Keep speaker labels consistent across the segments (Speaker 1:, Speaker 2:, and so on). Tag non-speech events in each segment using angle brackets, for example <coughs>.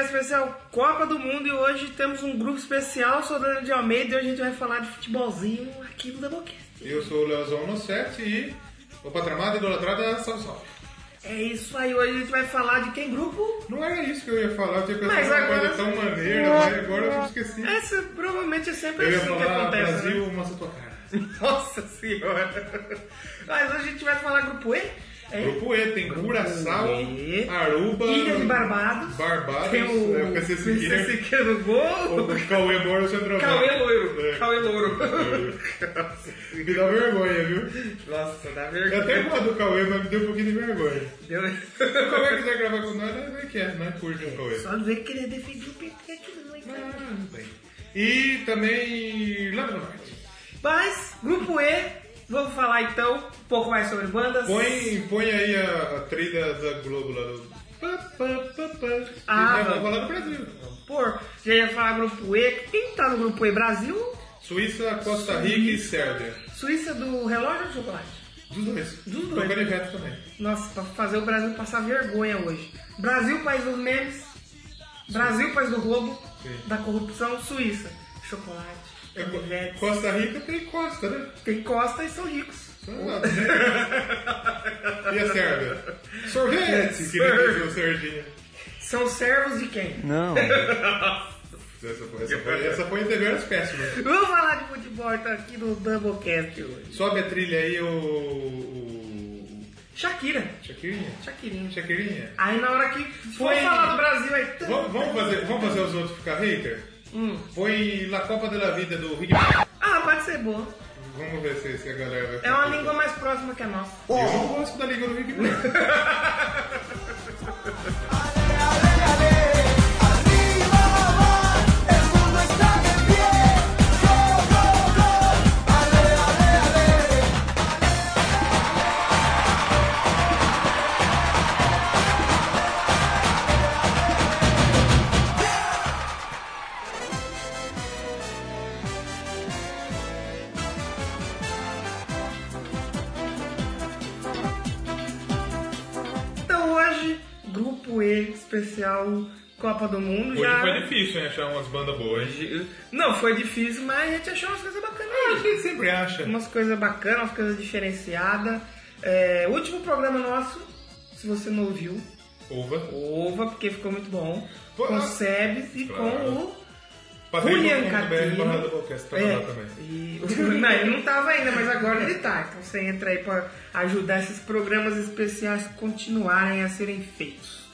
Speaker 1: um especial Copa do Mundo e hoje temos um grupo especial. Sou o Daniel de Almeida e hoje a gente vai falar de futebolzinho aqui no Doublecast.
Speaker 2: Eu sou o Leozão no set e o patramado idolatrada, salve salve.
Speaker 1: É isso aí, hoje a gente vai falar de quem grupo?
Speaker 2: Não era isso que eu ia falar, eu tinha pensado
Speaker 1: Mas
Speaker 2: numa
Speaker 1: agora-
Speaker 2: coisa tão maneira, mas agora eu esqueci.
Speaker 1: Essa provavelmente é sempre
Speaker 2: Eu ia
Speaker 1: assim que
Speaker 2: falar
Speaker 1: acontece. né?
Speaker 2: Brasil, mostra tua cara.
Speaker 1: <laughs> Nossa senhora! Mas hoje a gente vai falar grupo E? É.
Speaker 2: Grupo E tem Curaçao,
Speaker 1: E.
Speaker 2: Aruba,
Speaker 1: Ilhas Barbados.
Speaker 2: Barbados,
Speaker 1: Tem o
Speaker 2: é, o PC Siqueira.
Speaker 1: PC Siqueira no gol.
Speaker 2: o Cauê Moro centroavante.
Speaker 1: Cauê Loiro.
Speaker 2: É.
Speaker 1: Cauê Loiro. <laughs>
Speaker 2: Me dá vergonha, viu?
Speaker 1: Nossa, dá
Speaker 2: Eu até
Speaker 1: vergonha.
Speaker 2: gosto do Cauê, mas me deu um pouquinho de vergonha.
Speaker 1: Deu- <laughs>
Speaker 2: Se o Cauê quiser gravar com nós, é nós nós quer, nós curte o Cauê.
Speaker 1: Só não vê que ele é defendido o PT aqui não, hein, cara?
Speaker 2: Ah, não tem. E também lá do norte.
Speaker 1: Mas, grupo E, vamos falar então um pouco mais sobre bandas.
Speaker 2: Põe, põe aí a, a trilha da Globo lá do. Pá, pá, pá, pá.
Speaker 1: Ah,
Speaker 2: e já
Speaker 1: não.
Speaker 2: vamos lá no Brasil.
Speaker 1: Por, já ia falar grupo E, quem tá no grupo E? Brasil,
Speaker 2: Suíça, Costa Rica e Sérvia.
Speaker 1: Suíça do relógio ou do chocolate?
Speaker 2: Dos dois.
Speaker 1: Dos dois.
Speaker 2: Toca de reto também.
Speaker 1: Nossa, pra fazer o Brasil passar vergonha hoje. Brasil, país dos memes. Brasil, país do roubo.
Speaker 2: Sim.
Speaker 1: Da corrupção. Suíça. Chocolate.
Speaker 2: É,
Speaker 1: Canivete.
Speaker 2: Costa Rica tem Costa, né?
Speaker 1: Tem Costa e são ricos.
Speaker 2: Vamos lá, né? e a Sérvia? Sorvete! Que nem fez o Serginho.
Speaker 1: São servos de quem?
Speaker 3: Não.
Speaker 2: Essa foi, essa foi, essa foi integrantes péssima.
Speaker 1: Vamos falar de futebol então, aqui no Doublecast hoje.
Speaker 2: Sobe a trilha aí, o. o...
Speaker 1: Shakira.
Speaker 2: Chaquirinha?
Speaker 1: Shakirinha.
Speaker 2: Chaquirinha?
Speaker 1: Aí na hora que for
Speaker 2: Foi.
Speaker 1: falar do Brasil aí... tum,
Speaker 2: Vamos, vamos fazer, vamos fazer os outros ficar hater?
Speaker 1: Hum.
Speaker 2: Foi La Copa de la Vida do Rio de
Speaker 1: Ah, pode ser boa.
Speaker 2: Vamos ver se, se a galera vai
Speaker 1: É uma
Speaker 2: curtir.
Speaker 1: língua mais próxima que a nossa.
Speaker 2: Eu não gosto da língua do Rio de
Speaker 1: Então hoje, grupo E especial Copa do Mundo. já...
Speaker 2: difícil, hein? Achar umas bandas boas.
Speaker 1: Não, foi difícil, mas a gente achou umas coisas bacanas.
Speaker 2: Ah, A gente sempre acha.
Speaker 1: Umas coisas bacanas, umas coisas diferenciadas. É, último programa nosso, se você não ouviu,
Speaker 2: Uva.
Speaker 1: ouva, porque ficou muito bom.
Speaker 2: Pô,
Speaker 1: com o
Speaker 2: ah,
Speaker 1: Sebes e
Speaker 2: claro.
Speaker 1: com o
Speaker 2: um
Speaker 1: Julian
Speaker 2: Patreon.com.br podcast tá
Speaker 1: É,
Speaker 2: lá também.
Speaker 1: e o- não, ele não tava ainda, mas agora ele tá. Então você entra aí pra ajudar esses programas especiais continuarem a serem feitos.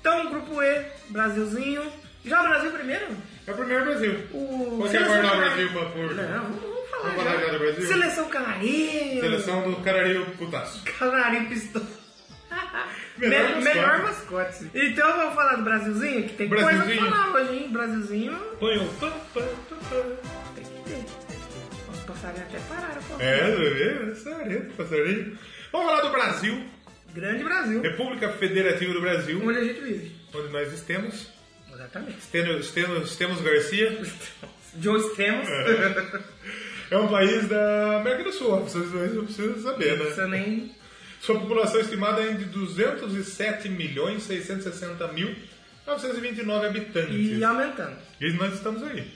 Speaker 1: Então, grupo E, Brasilzinho. Já Brasil primeiro?
Speaker 2: É o primeiro Brasil.
Speaker 1: O
Speaker 2: Pode
Speaker 1: Seleção
Speaker 2: aguardar o
Speaker 1: Cana-
Speaker 2: Brasil pra pôr.
Speaker 1: Não, vamos- vamos falar.
Speaker 2: Vamos falar já do Brasil?
Speaker 1: Seleção Canarinho.
Speaker 2: Seleção do Carario Putaço.
Speaker 1: Canarinho Pistão.
Speaker 2: Melhor
Speaker 1: Me-
Speaker 2: mascote.
Speaker 1: Melhor mascote. sim. Então vamos falar do Brasilzinho, que tem coisa
Speaker 2: Brasilzinho.
Speaker 1: pra falar hoje, hein? Brasilzinho
Speaker 2: Põe o pá, pá, pá,
Speaker 1: tem que ter. Os passarinhos até pararam. pô.
Speaker 2: pá. É, é, sarento, passarinho. Vamos falar do Brasil.
Speaker 1: Grande Brasil.
Speaker 2: República Federativa do Brasil.
Speaker 1: Onde a gente vive.
Speaker 2: Onde nós estemos.
Speaker 1: Exatamente.
Speaker 2: Temos, temos, temos Garcia.
Speaker 1: Joe Stamos.
Speaker 2: É um país da América do Sul, vocês não precisam saber,
Speaker 1: Não
Speaker 2: né?
Speaker 1: precisa nem.
Speaker 2: Sua população estimada é de 207 milhões 660 mil 929 habitantes.
Speaker 1: E aumentando.
Speaker 2: E nós estamos aí.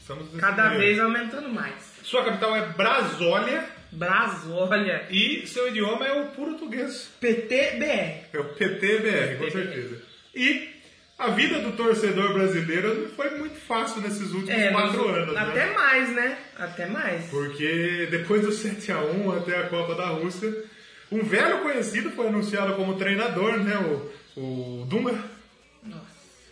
Speaker 2: Estamos
Speaker 1: Cada
Speaker 2: aí.
Speaker 1: vez aumentando mais.
Speaker 2: Sua capital é Brasólia
Speaker 1: Brasólia.
Speaker 2: e seu idioma é o português.
Speaker 1: PTBR.
Speaker 2: É o PTBR, com certeza. E a vida do torcedor brasileiro não foi muito fácil nesses últimos quatro
Speaker 1: É, mas-
Speaker 2: anos. né?
Speaker 1: Até mais, né? Até mais.
Speaker 2: Porque depois do 7x1 até a Copa da Rússia, um velho conhecido foi anunciado como treinador, né? O, o Dunga.
Speaker 1: Nossa.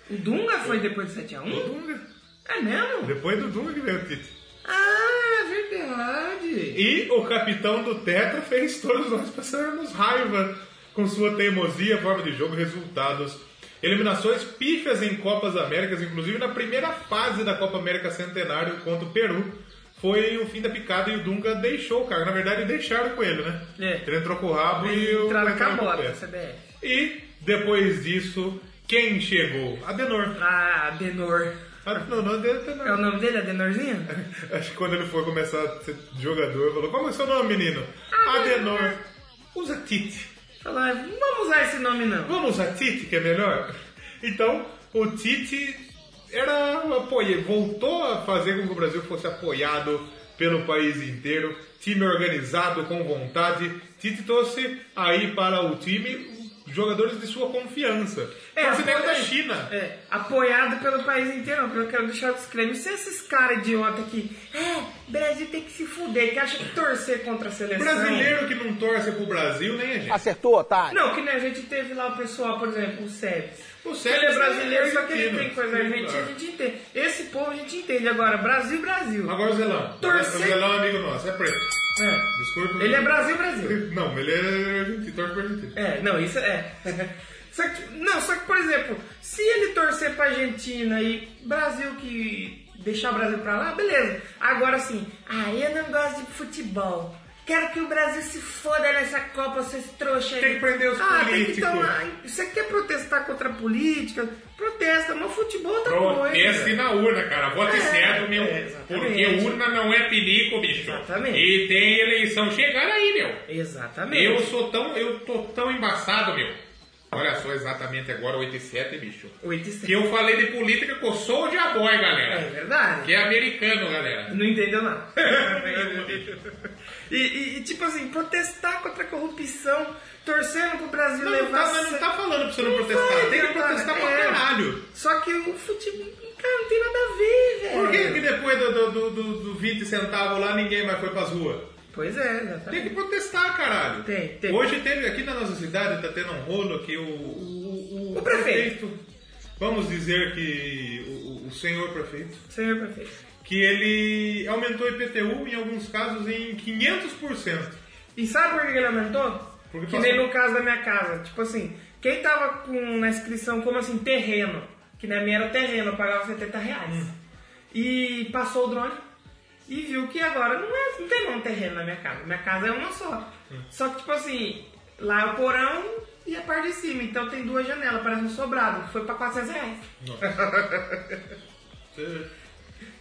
Speaker 1: O Dunga foi depois do 7x1?
Speaker 2: Dunga.
Speaker 1: É mesmo?
Speaker 2: Depois do Dunga que veio o Tite.
Speaker 1: Ah, verdade.
Speaker 2: E o capitão do Tetra fez todos nós passarmos raiva com sua teimosia, forma de jogo, resultados. Eliminações pífias em Copas Américas, inclusive na primeira fase da Copa América Centenário contra o Peru. Foi o fim da picada e o Dunga deixou, cara. Na verdade, deixaram com ele, né?
Speaker 1: É.
Speaker 2: Ele entrou com o rabo e, o é
Speaker 1: Entrada
Speaker 2: entrou
Speaker 1: com a
Speaker 2: com o
Speaker 1: bola,
Speaker 2: pé.
Speaker 1: CBF.
Speaker 2: E depois disso, quem chegou? Adenor.
Speaker 1: Ah, Adenor.
Speaker 2: Adenor, Ah, não, Adenor.
Speaker 1: É o nome dele, Adenorzinho?
Speaker 2: É. Acho que quando ele foi começar a ser jogador, falou: Como é seu nome, menino?
Speaker 1: Adenor.
Speaker 2: Adenor. Usa Tite.
Speaker 1: Falou, "Ah, vamos usar esse nome não.
Speaker 2: Vamos usar Tite, que é melhor? Então, o Tite era um apoio, voltou a fazer com que o Brasil fosse apoiado pelo país inteiro, time organizado, com vontade. Tite trouxe aí para o time jogadores de sua confiança. É, Você pega da China.
Speaker 1: É, apoiado pelo país inteiro, porque eu quero deixar os crentes. Se esses caras idiota aqui, é, Brasil tem que se fuder, que acha que torcer contra a seleção.
Speaker 2: Brasileiro que não torce pro Brasil, nem a gente.
Speaker 3: Acertou, otário?
Speaker 1: Não, que nem a gente teve lá o pessoal, por exemplo, o Sebs.
Speaker 2: O Sebs
Speaker 1: Ele é
Speaker 2: é
Speaker 1: brasileiro, só que ele
Speaker 2: argentino.
Speaker 1: tem coisa
Speaker 2: Sim,
Speaker 1: argentina, a
Speaker 2: claro.
Speaker 1: gente entende. Esse povo a gente entende. Agora, Brasil, Brasil.
Speaker 2: Agora o Zelão.
Speaker 1: Torcer-
Speaker 2: O Zelão é amigo nosso, é preto.
Speaker 1: É.
Speaker 2: Desculpa.
Speaker 1: Ele é Brasil, Brasil.
Speaker 2: Não, ele é argentino, torce pro argentino.
Speaker 1: É, não, isso é. <laughs> Só que, não, só que, por exemplo, se ele torcer pra Argentina e Brasil que deixar o Brasil pra lá, beleza. Agora sim, ah, eu não gosto de futebol. Quero que o Brasil se foda nessa Copa, vocês trouxas aí.
Speaker 2: Tem que prender os
Speaker 1: ah, Tem que
Speaker 2: políticos.
Speaker 1: tomar. Você quer é protestar contra a política? Protesta, mas futebol tá
Speaker 4: Proteste na urna, cara. Vote
Speaker 1: É,
Speaker 4: certo, meu.
Speaker 1: é, exatamente.
Speaker 4: porque urna não é pinico, bicho.
Speaker 1: Exatamente.
Speaker 4: E tem eleição chegando aí, meu.
Speaker 1: Exatamente.
Speaker 4: Eu sou tão. Eu tô tão embaçado, meu. Olha só exatamente agora, 8 e 7, bicho.
Speaker 1: Oito e
Speaker 4: Que
Speaker 1: sete.
Speaker 4: eu falei de política que eu sou de aboy,
Speaker 1: É
Speaker 4: galera.
Speaker 1: verdade.
Speaker 4: Que é americano, galera.
Speaker 1: Não entendeu
Speaker 2: <laughs>
Speaker 1: nada. e, e- e, tipo assim, protestar contra a corrupção, torcendo pro Brasil
Speaker 2: Não, não
Speaker 1: levar.
Speaker 2: tá, mas não tá falando pra você não
Speaker 1: Não
Speaker 2: protestar.
Speaker 1: vai,
Speaker 2: Tem que
Speaker 1: cara,
Speaker 2: protestar pra
Speaker 1: é.
Speaker 2: caralho.
Speaker 1: Só que o futebol, cara, não tem nada a ver, velho.
Speaker 2: Por que, que depois do, do, do, do- do 20 centavos lá ninguém mais foi pras ruas?
Speaker 1: Pois é, exatamente.
Speaker 2: Tem que protestar, caralho.
Speaker 1: Tem, tem.
Speaker 2: Hoje teve aqui na nossa cidade, tá tendo um rolo que o. O,
Speaker 1: O prefeito.
Speaker 2: Vamos dizer que o- o- o senhor prefeito.
Speaker 1: Senhor prefeito.
Speaker 2: que ele aumentou o IPTU em alguns casos em 500%.
Speaker 1: E sabe por que ele aumentou?
Speaker 2: Porque
Speaker 1: que
Speaker 2: passou.
Speaker 1: nem no caso da minha casa. Tipo assim, quem tava com na inscrição como assim, terreno, que na minha era terreno, eu pagava 70 reais.
Speaker 2: Hum.
Speaker 1: E passou o drone e viu que agora não, é, não tem mais um terreno na minha casa. Minha casa é uma só.
Speaker 2: Hum.
Speaker 1: Só que tipo assim, lá é o porão e a parte de cima. Então tem duas janelas, parece um sobrado, que foi pra 400 reais.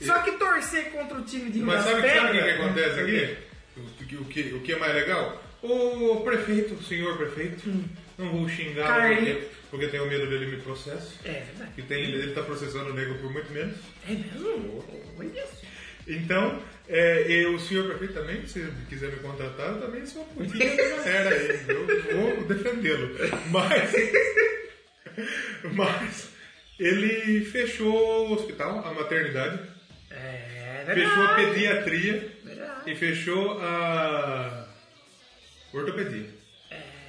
Speaker 1: Só que torcer contra o time de Rio
Speaker 2: Mas
Speaker 1: das
Speaker 2: sabe, sabe o que, que
Speaker 1: Pedras-
Speaker 2: acontece aqui? O que, o, que, o que é mais legal? O prefeito, o senhor prefeito, não vou xingar
Speaker 1: Carlinho.
Speaker 2: porque, porque tenho medo dele me processar.
Speaker 1: É verdade.
Speaker 2: Que tem, ele tá processando o nego por muito menos.
Speaker 1: É mesmo? Olha só.
Speaker 2: Então, é, e o senhor prefeito também, se quiser me contratar, eu também sou político da galera aí. Eu vou defendê-lo. Mas, <laughs> mas ele fechou o hospital, a maternidade,
Speaker 1: É
Speaker 2: fechou a
Speaker 1: verdade.
Speaker 2: pediatria
Speaker 1: Verdade.
Speaker 2: e fechou a ortopedia.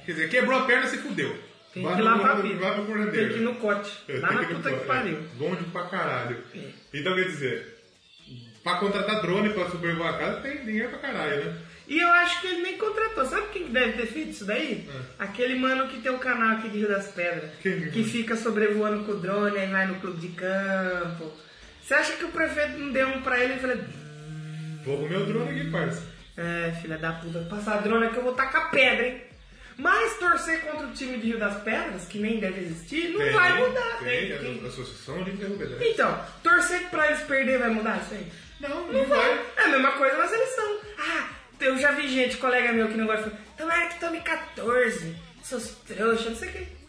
Speaker 2: Quer dizer, quebrou a perna e se fudeu.
Speaker 1: É. Tem
Speaker 2: Vai
Speaker 1: que ir
Speaker 2: no
Speaker 1: lá pra
Speaker 2: curande-
Speaker 1: vida.
Speaker 2: Vai pro curandeiro.
Speaker 1: Tem que ir
Speaker 2: <laughs>
Speaker 1: no cote. Lá na puta que pariu.
Speaker 2: Longe pra caralho.
Speaker 1: É.
Speaker 2: Então quer dizer, pra contratar drone pra sobrevoar a casa tem dinheiro pra caralho, né?
Speaker 1: E eu acho que ele nem contratou. Sabe quem que deve ter feito isso daí? Aquele mano que tem um canal aqui de Rio das Pedras.
Speaker 2: É. Quem? é?
Speaker 1: Que fica sobrevoando com o drone, aí vai no clube de campo. Você acha que o prefeito não deu um pra ele e falou...
Speaker 2: Vou com meu drone aqui, parça.
Speaker 1: É, filha da puta, passar drone aqui eu vou tacar pedra, hein? Mas torcer contra o time de Rio das Pedras, que nem deve existir, não
Speaker 2: Tem,
Speaker 1: vai mudar.
Speaker 2: Tem, é
Speaker 1: né?
Speaker 2: a Associação de Interrogatórios.
Speaker 1: Então, torcer pra eles perder vai mudar isso aí?
Speaker 2: Não, não,
Speaker 1: Não
Speaker 2: vai.
Speaker 1: vai. É a mesma coisa na seleção. Ah, eu já vi gente, colega meu que não gosta, falando, tomara que tome 14, seus trouxas, não sei o que.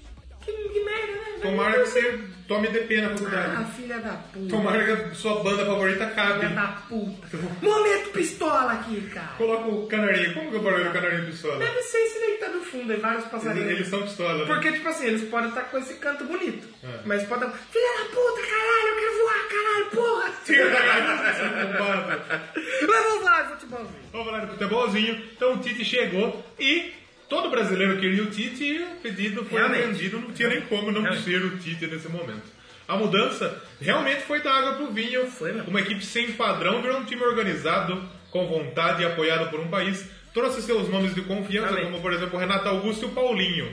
Speaker 1: Que, que merda, né? Vai
Speaker 2: Tomara que
Speaker 1: torcer.
Speaker 2: você tome DP na faculdade.
Speaker 1: Ah, filha da puta.
Speaker 2: Tomara que a sua banda favorita cabe.
Speaker 1: Filha da puta. Momento pistola aqui, cara.
Speaker 2: Coloca o canarinho. Como que é o barulho do canarinho pistola?
Speaker 1: Deve ser esse daí que tá no fundo, aí vários passarinhos.
Speaker 2: Eles, eles são pistola, né?
Speaker 1: Porque, tipo assim, eles podem estar com esse canto bonito.
Speaker 2: É.
Speaker 1: Mas podem. Filha da puta, caralho, eu quero voar, caralho, porra!
Speaker 2: <laughs> Filha da garota, seu bombado.
Speaker 1: Mas vamos lá, futebolzinho.
Speaker 2: Vamos falar do futebolzinho. Então o Tite chegou e todo brasileiro queria o Tite e o pedido foi
Speaker 1: Realmente.
Speaker 2: atendido. Não tinha nem como não
Speaker 1: Realmente.
Speaker 2: ser o Tite nesse momento. A mudança realmente foi da água pro vinho.
Speaker 1: Foi mesmo.
Speaker 2: Uma equipe sem padrão virou um time organizado, com vontade e apoiado por um país. Trouxe seus nomes de confiança,
Speaker 1: Realmente.
Speaker 2: como por exemplo o Renato Augusto e o Paulinho,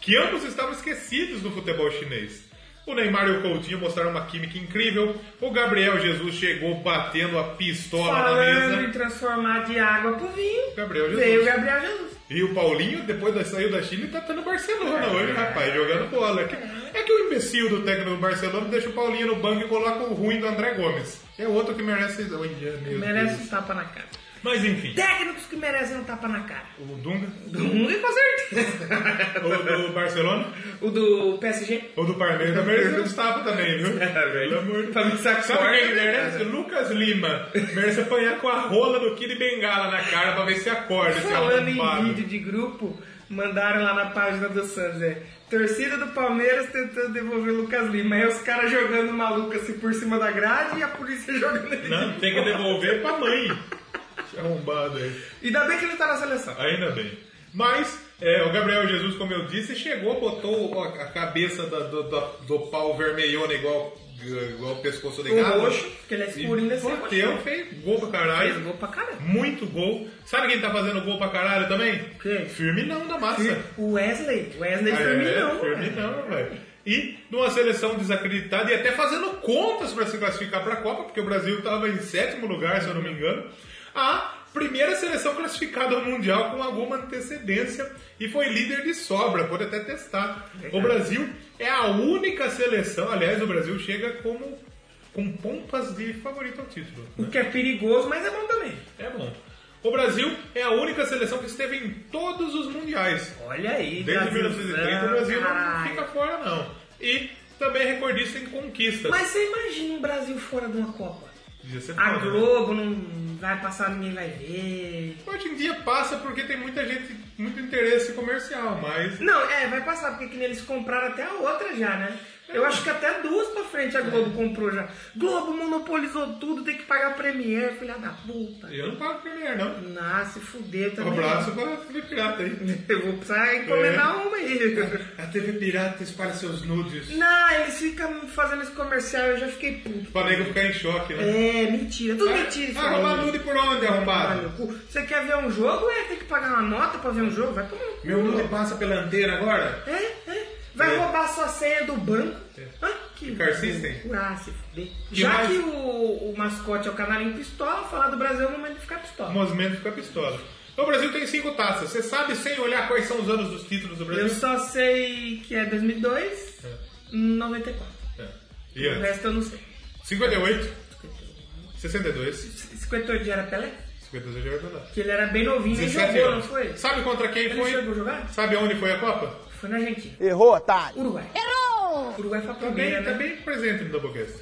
Speaker 2: que ambos estavam esquecidos do futebol chinês. O Neymar e o Coutinho mostraram uma química incrível. O Gabriel Jesus chegou batendo a pistola na mesa.
Speaker 1: Falando em transformar de água pro vinho,
Speaker 2: Gabriel Jesus.
Speaker 1: veio o Gabriel Jesus.
Speaker 2: E o Paulinho, depois da saiu da China, tá tá no Barcelona hoje, rapaz, jogando bola. É que, é que o imbecil do técnico do Barcelona deixa o Paulinho no banco e coloca o ruim do André Gomes. É outro que merece. Oi, meu Deus.
Speaker 1: Merece um tapa na cara.
Speaker 2: Mas enfim,
Speaker 1: Técnicos que merecem um tapa na cara.
Speaker 2: o Dunga,
Speaker 1: Do Dunga, com
Speaker 2: <laughs>
Speaker 1: certeza.
Speaker 2: ou do Barcelona,
Speaker 1: O do PSG.
Speaker 2: ou do Palmeiras, também mereceu uns tapas também, viu?
Speaker 4: É, velho.
Speaker 2: Pelo amor de
Speaker 4: Tá me sacando.
Speaker 2: Sabe
Speaker 1: é,
Speaker 2: quem
Speaker 1: né?
Speaker 2: ele merece? Lucas Lima. Merece apanhar com a rola do Kid Bengala na cara pra ver se acorda, esse
Speaker 1: Falando em
Speaker 2: arrombado.
Speaker 1: vídeo de grupo, mandaram lá na página do Santos, é. Torcida do Palmeiras tentando devolver o Lucas Lima. Aí os caras jogando o maluco assim por cima da grade e a polícia <laughs> jogando ele.
Speaker 2: Não, tem que devolver pra mãe. Esse arrombado aí.
Speaker 1: Ainda bem que ele tá na seleção.
Speaker 2: Ainda bem. Mas é, o Gabriel Jesus, como eu disse, chegou, botou a a cabeça da- do, da- do pau vermelhona igual, igual o pescoço de
Speaker 1: O
Speaker 2: gato.
Speaker 1: roxo, porque ele é escurinho
Speaker 2: E
Speaker 1: desse
Speaker 2: Bateu,
Speaker 1: roxo.
Speaker 2: fez gol pra
Speaker 1: Fez
Speaker 2: caralho.
Speaker 1: gol pra caramba.
Speaker 2: Muito gol. Sabe quem tá fazendo gol pra caralho também?
Speaker 1: Quem?
Speaker 2: Firme não da massa.
Speaker 1: O Wesley. Wesley
Speaker 2: É,
Speaker 1: Firminão.
Speaker 2: Firminão, velho. E numa seleção desacreditada e até fazendo contas para se classificar para a Copa, porque o Brasil estava em sétimo lugar, se eu não me engano. A primeira seleção classificada ao Mundial com alguma antecedência e foi líder de sobra, pode até testar. O Brasil é a única seleção, aliás, o Brasil chega como com pompas de favorito ao título. né?
Speaker 1: O que é perigoso, mas é bom também.
Speaker 2: É bom. O Brasil é a única seleção que esteve em todos os mundiais.
Speaker 1: Olha aí,
Speaker 2: Desde
Speaker 1: Brasilzão,
Speaker 2: 1930 o Brasil não
Speaker 1: caralho.
Speaker 2: fica fora, não. E também é recordista em conquistas.
Speaker 1: Mas você imagina o Brasil fora de uma Copa.
Speaker 2: Podia ser
Speaker 1: A
Speaker 2: fora, né?
Speaker 1: Globo não vai passar, ninguém vai ver.
Speaker 2: Hoje em dia passa porque tem muita gente, muito interesse comercial, mas.
Speaker 1: Não, é, vai passar, porque que nem eles compraram até a outra já, né? Eu acho que até duas pra frente a Globo comprou já. Globo monopolizou tudo, tem que pagar a Premiere, filha da puta.
Speaker 2: Eu não pago Premiere, não.
Speaker 1: Ah, se fudeu
Speaker 2: Um
Speaker 1: também.
Speaker 2: abraço É. pra TV Pirata aí.
Speaker 1: Eu vou precisar encomendar uma aí.
Speaker 2: A TV Pirata espalha seus nudes.
Speaker 1: Não, eles ficam fazendo esse comercial, eu já fiquei puto.
Speaker 2: Pra nego ficar em choque, né?
Speaker 1: É, mentira, tudo mentira. isso
Speaker 2: Ah,
Speaker 1: aí.
Speaker 2: roubar nude por onde,
Speaker 1: Ah,
Speaker 2: arrombado?
Speaker 1: meu cu. Você quer ver um jogo? É, tem que pagar uma nota pra ver um jogo? Vai tomar um cu.
Speaker 2: Meu nude passa pela antena agora?
Speaker 1: É, é. Vai
Speaker 2: É.
Speaker 1: roubar sua senha do banco? Hã? que
Speaker 2: Ficar system?
Speaker 1: Ah, se fuder.
Speaker 2: Que
Speaker 1: Já
Speaker 2: mais?
Speaker 1: que o, o mascote é o canarinho pistola, falar do Brasil é o momento de ficar
Speaker 2: O
Speaker 1: pistola.
Speaker 2: movimento fica pistola. Então, O Brasil tem cinco taças. Você sabe sem olhar quais são os anos dos títulos do Brasil?
Speaker 1: Eu só sei que é 2002,
Speaker 2: É.
Speaker 1: 94.
Speaker 2: É. E
Speaker 1: O
Speaker 2: antes?
Speaker 1: resto eu não sei.
Speaker 2: 58, 62,
Speaker 1: 58 já era Pelé?
Speaker 2: 52 já vai falar.
Speaker 1: Que ele era bem novinho, nem
Speaker 2: 17
Speaker 1: jogou, não
Speaker 2: anos.
Speaker 1: foi?
Speaker 2: Sabe contra quem
Speaker 1: Ele chegou a
Speaker 2: foi?
Speaker 1: jogar?
Speaker 2: Sabe onde foi a Copa?
Speaker 1: Foi na Argentina.
Speaker 3: Errou, otário.
Speaker 1: Uruguai.
Speaker 5: Errou!
Speaker 1: Uruguai foi a
Speaker 2: Tá bem,
Speaker 1: primeira,
Speaker 2: tá
Speaker 1: né?
Speaker 2: bem presente no Doublecast.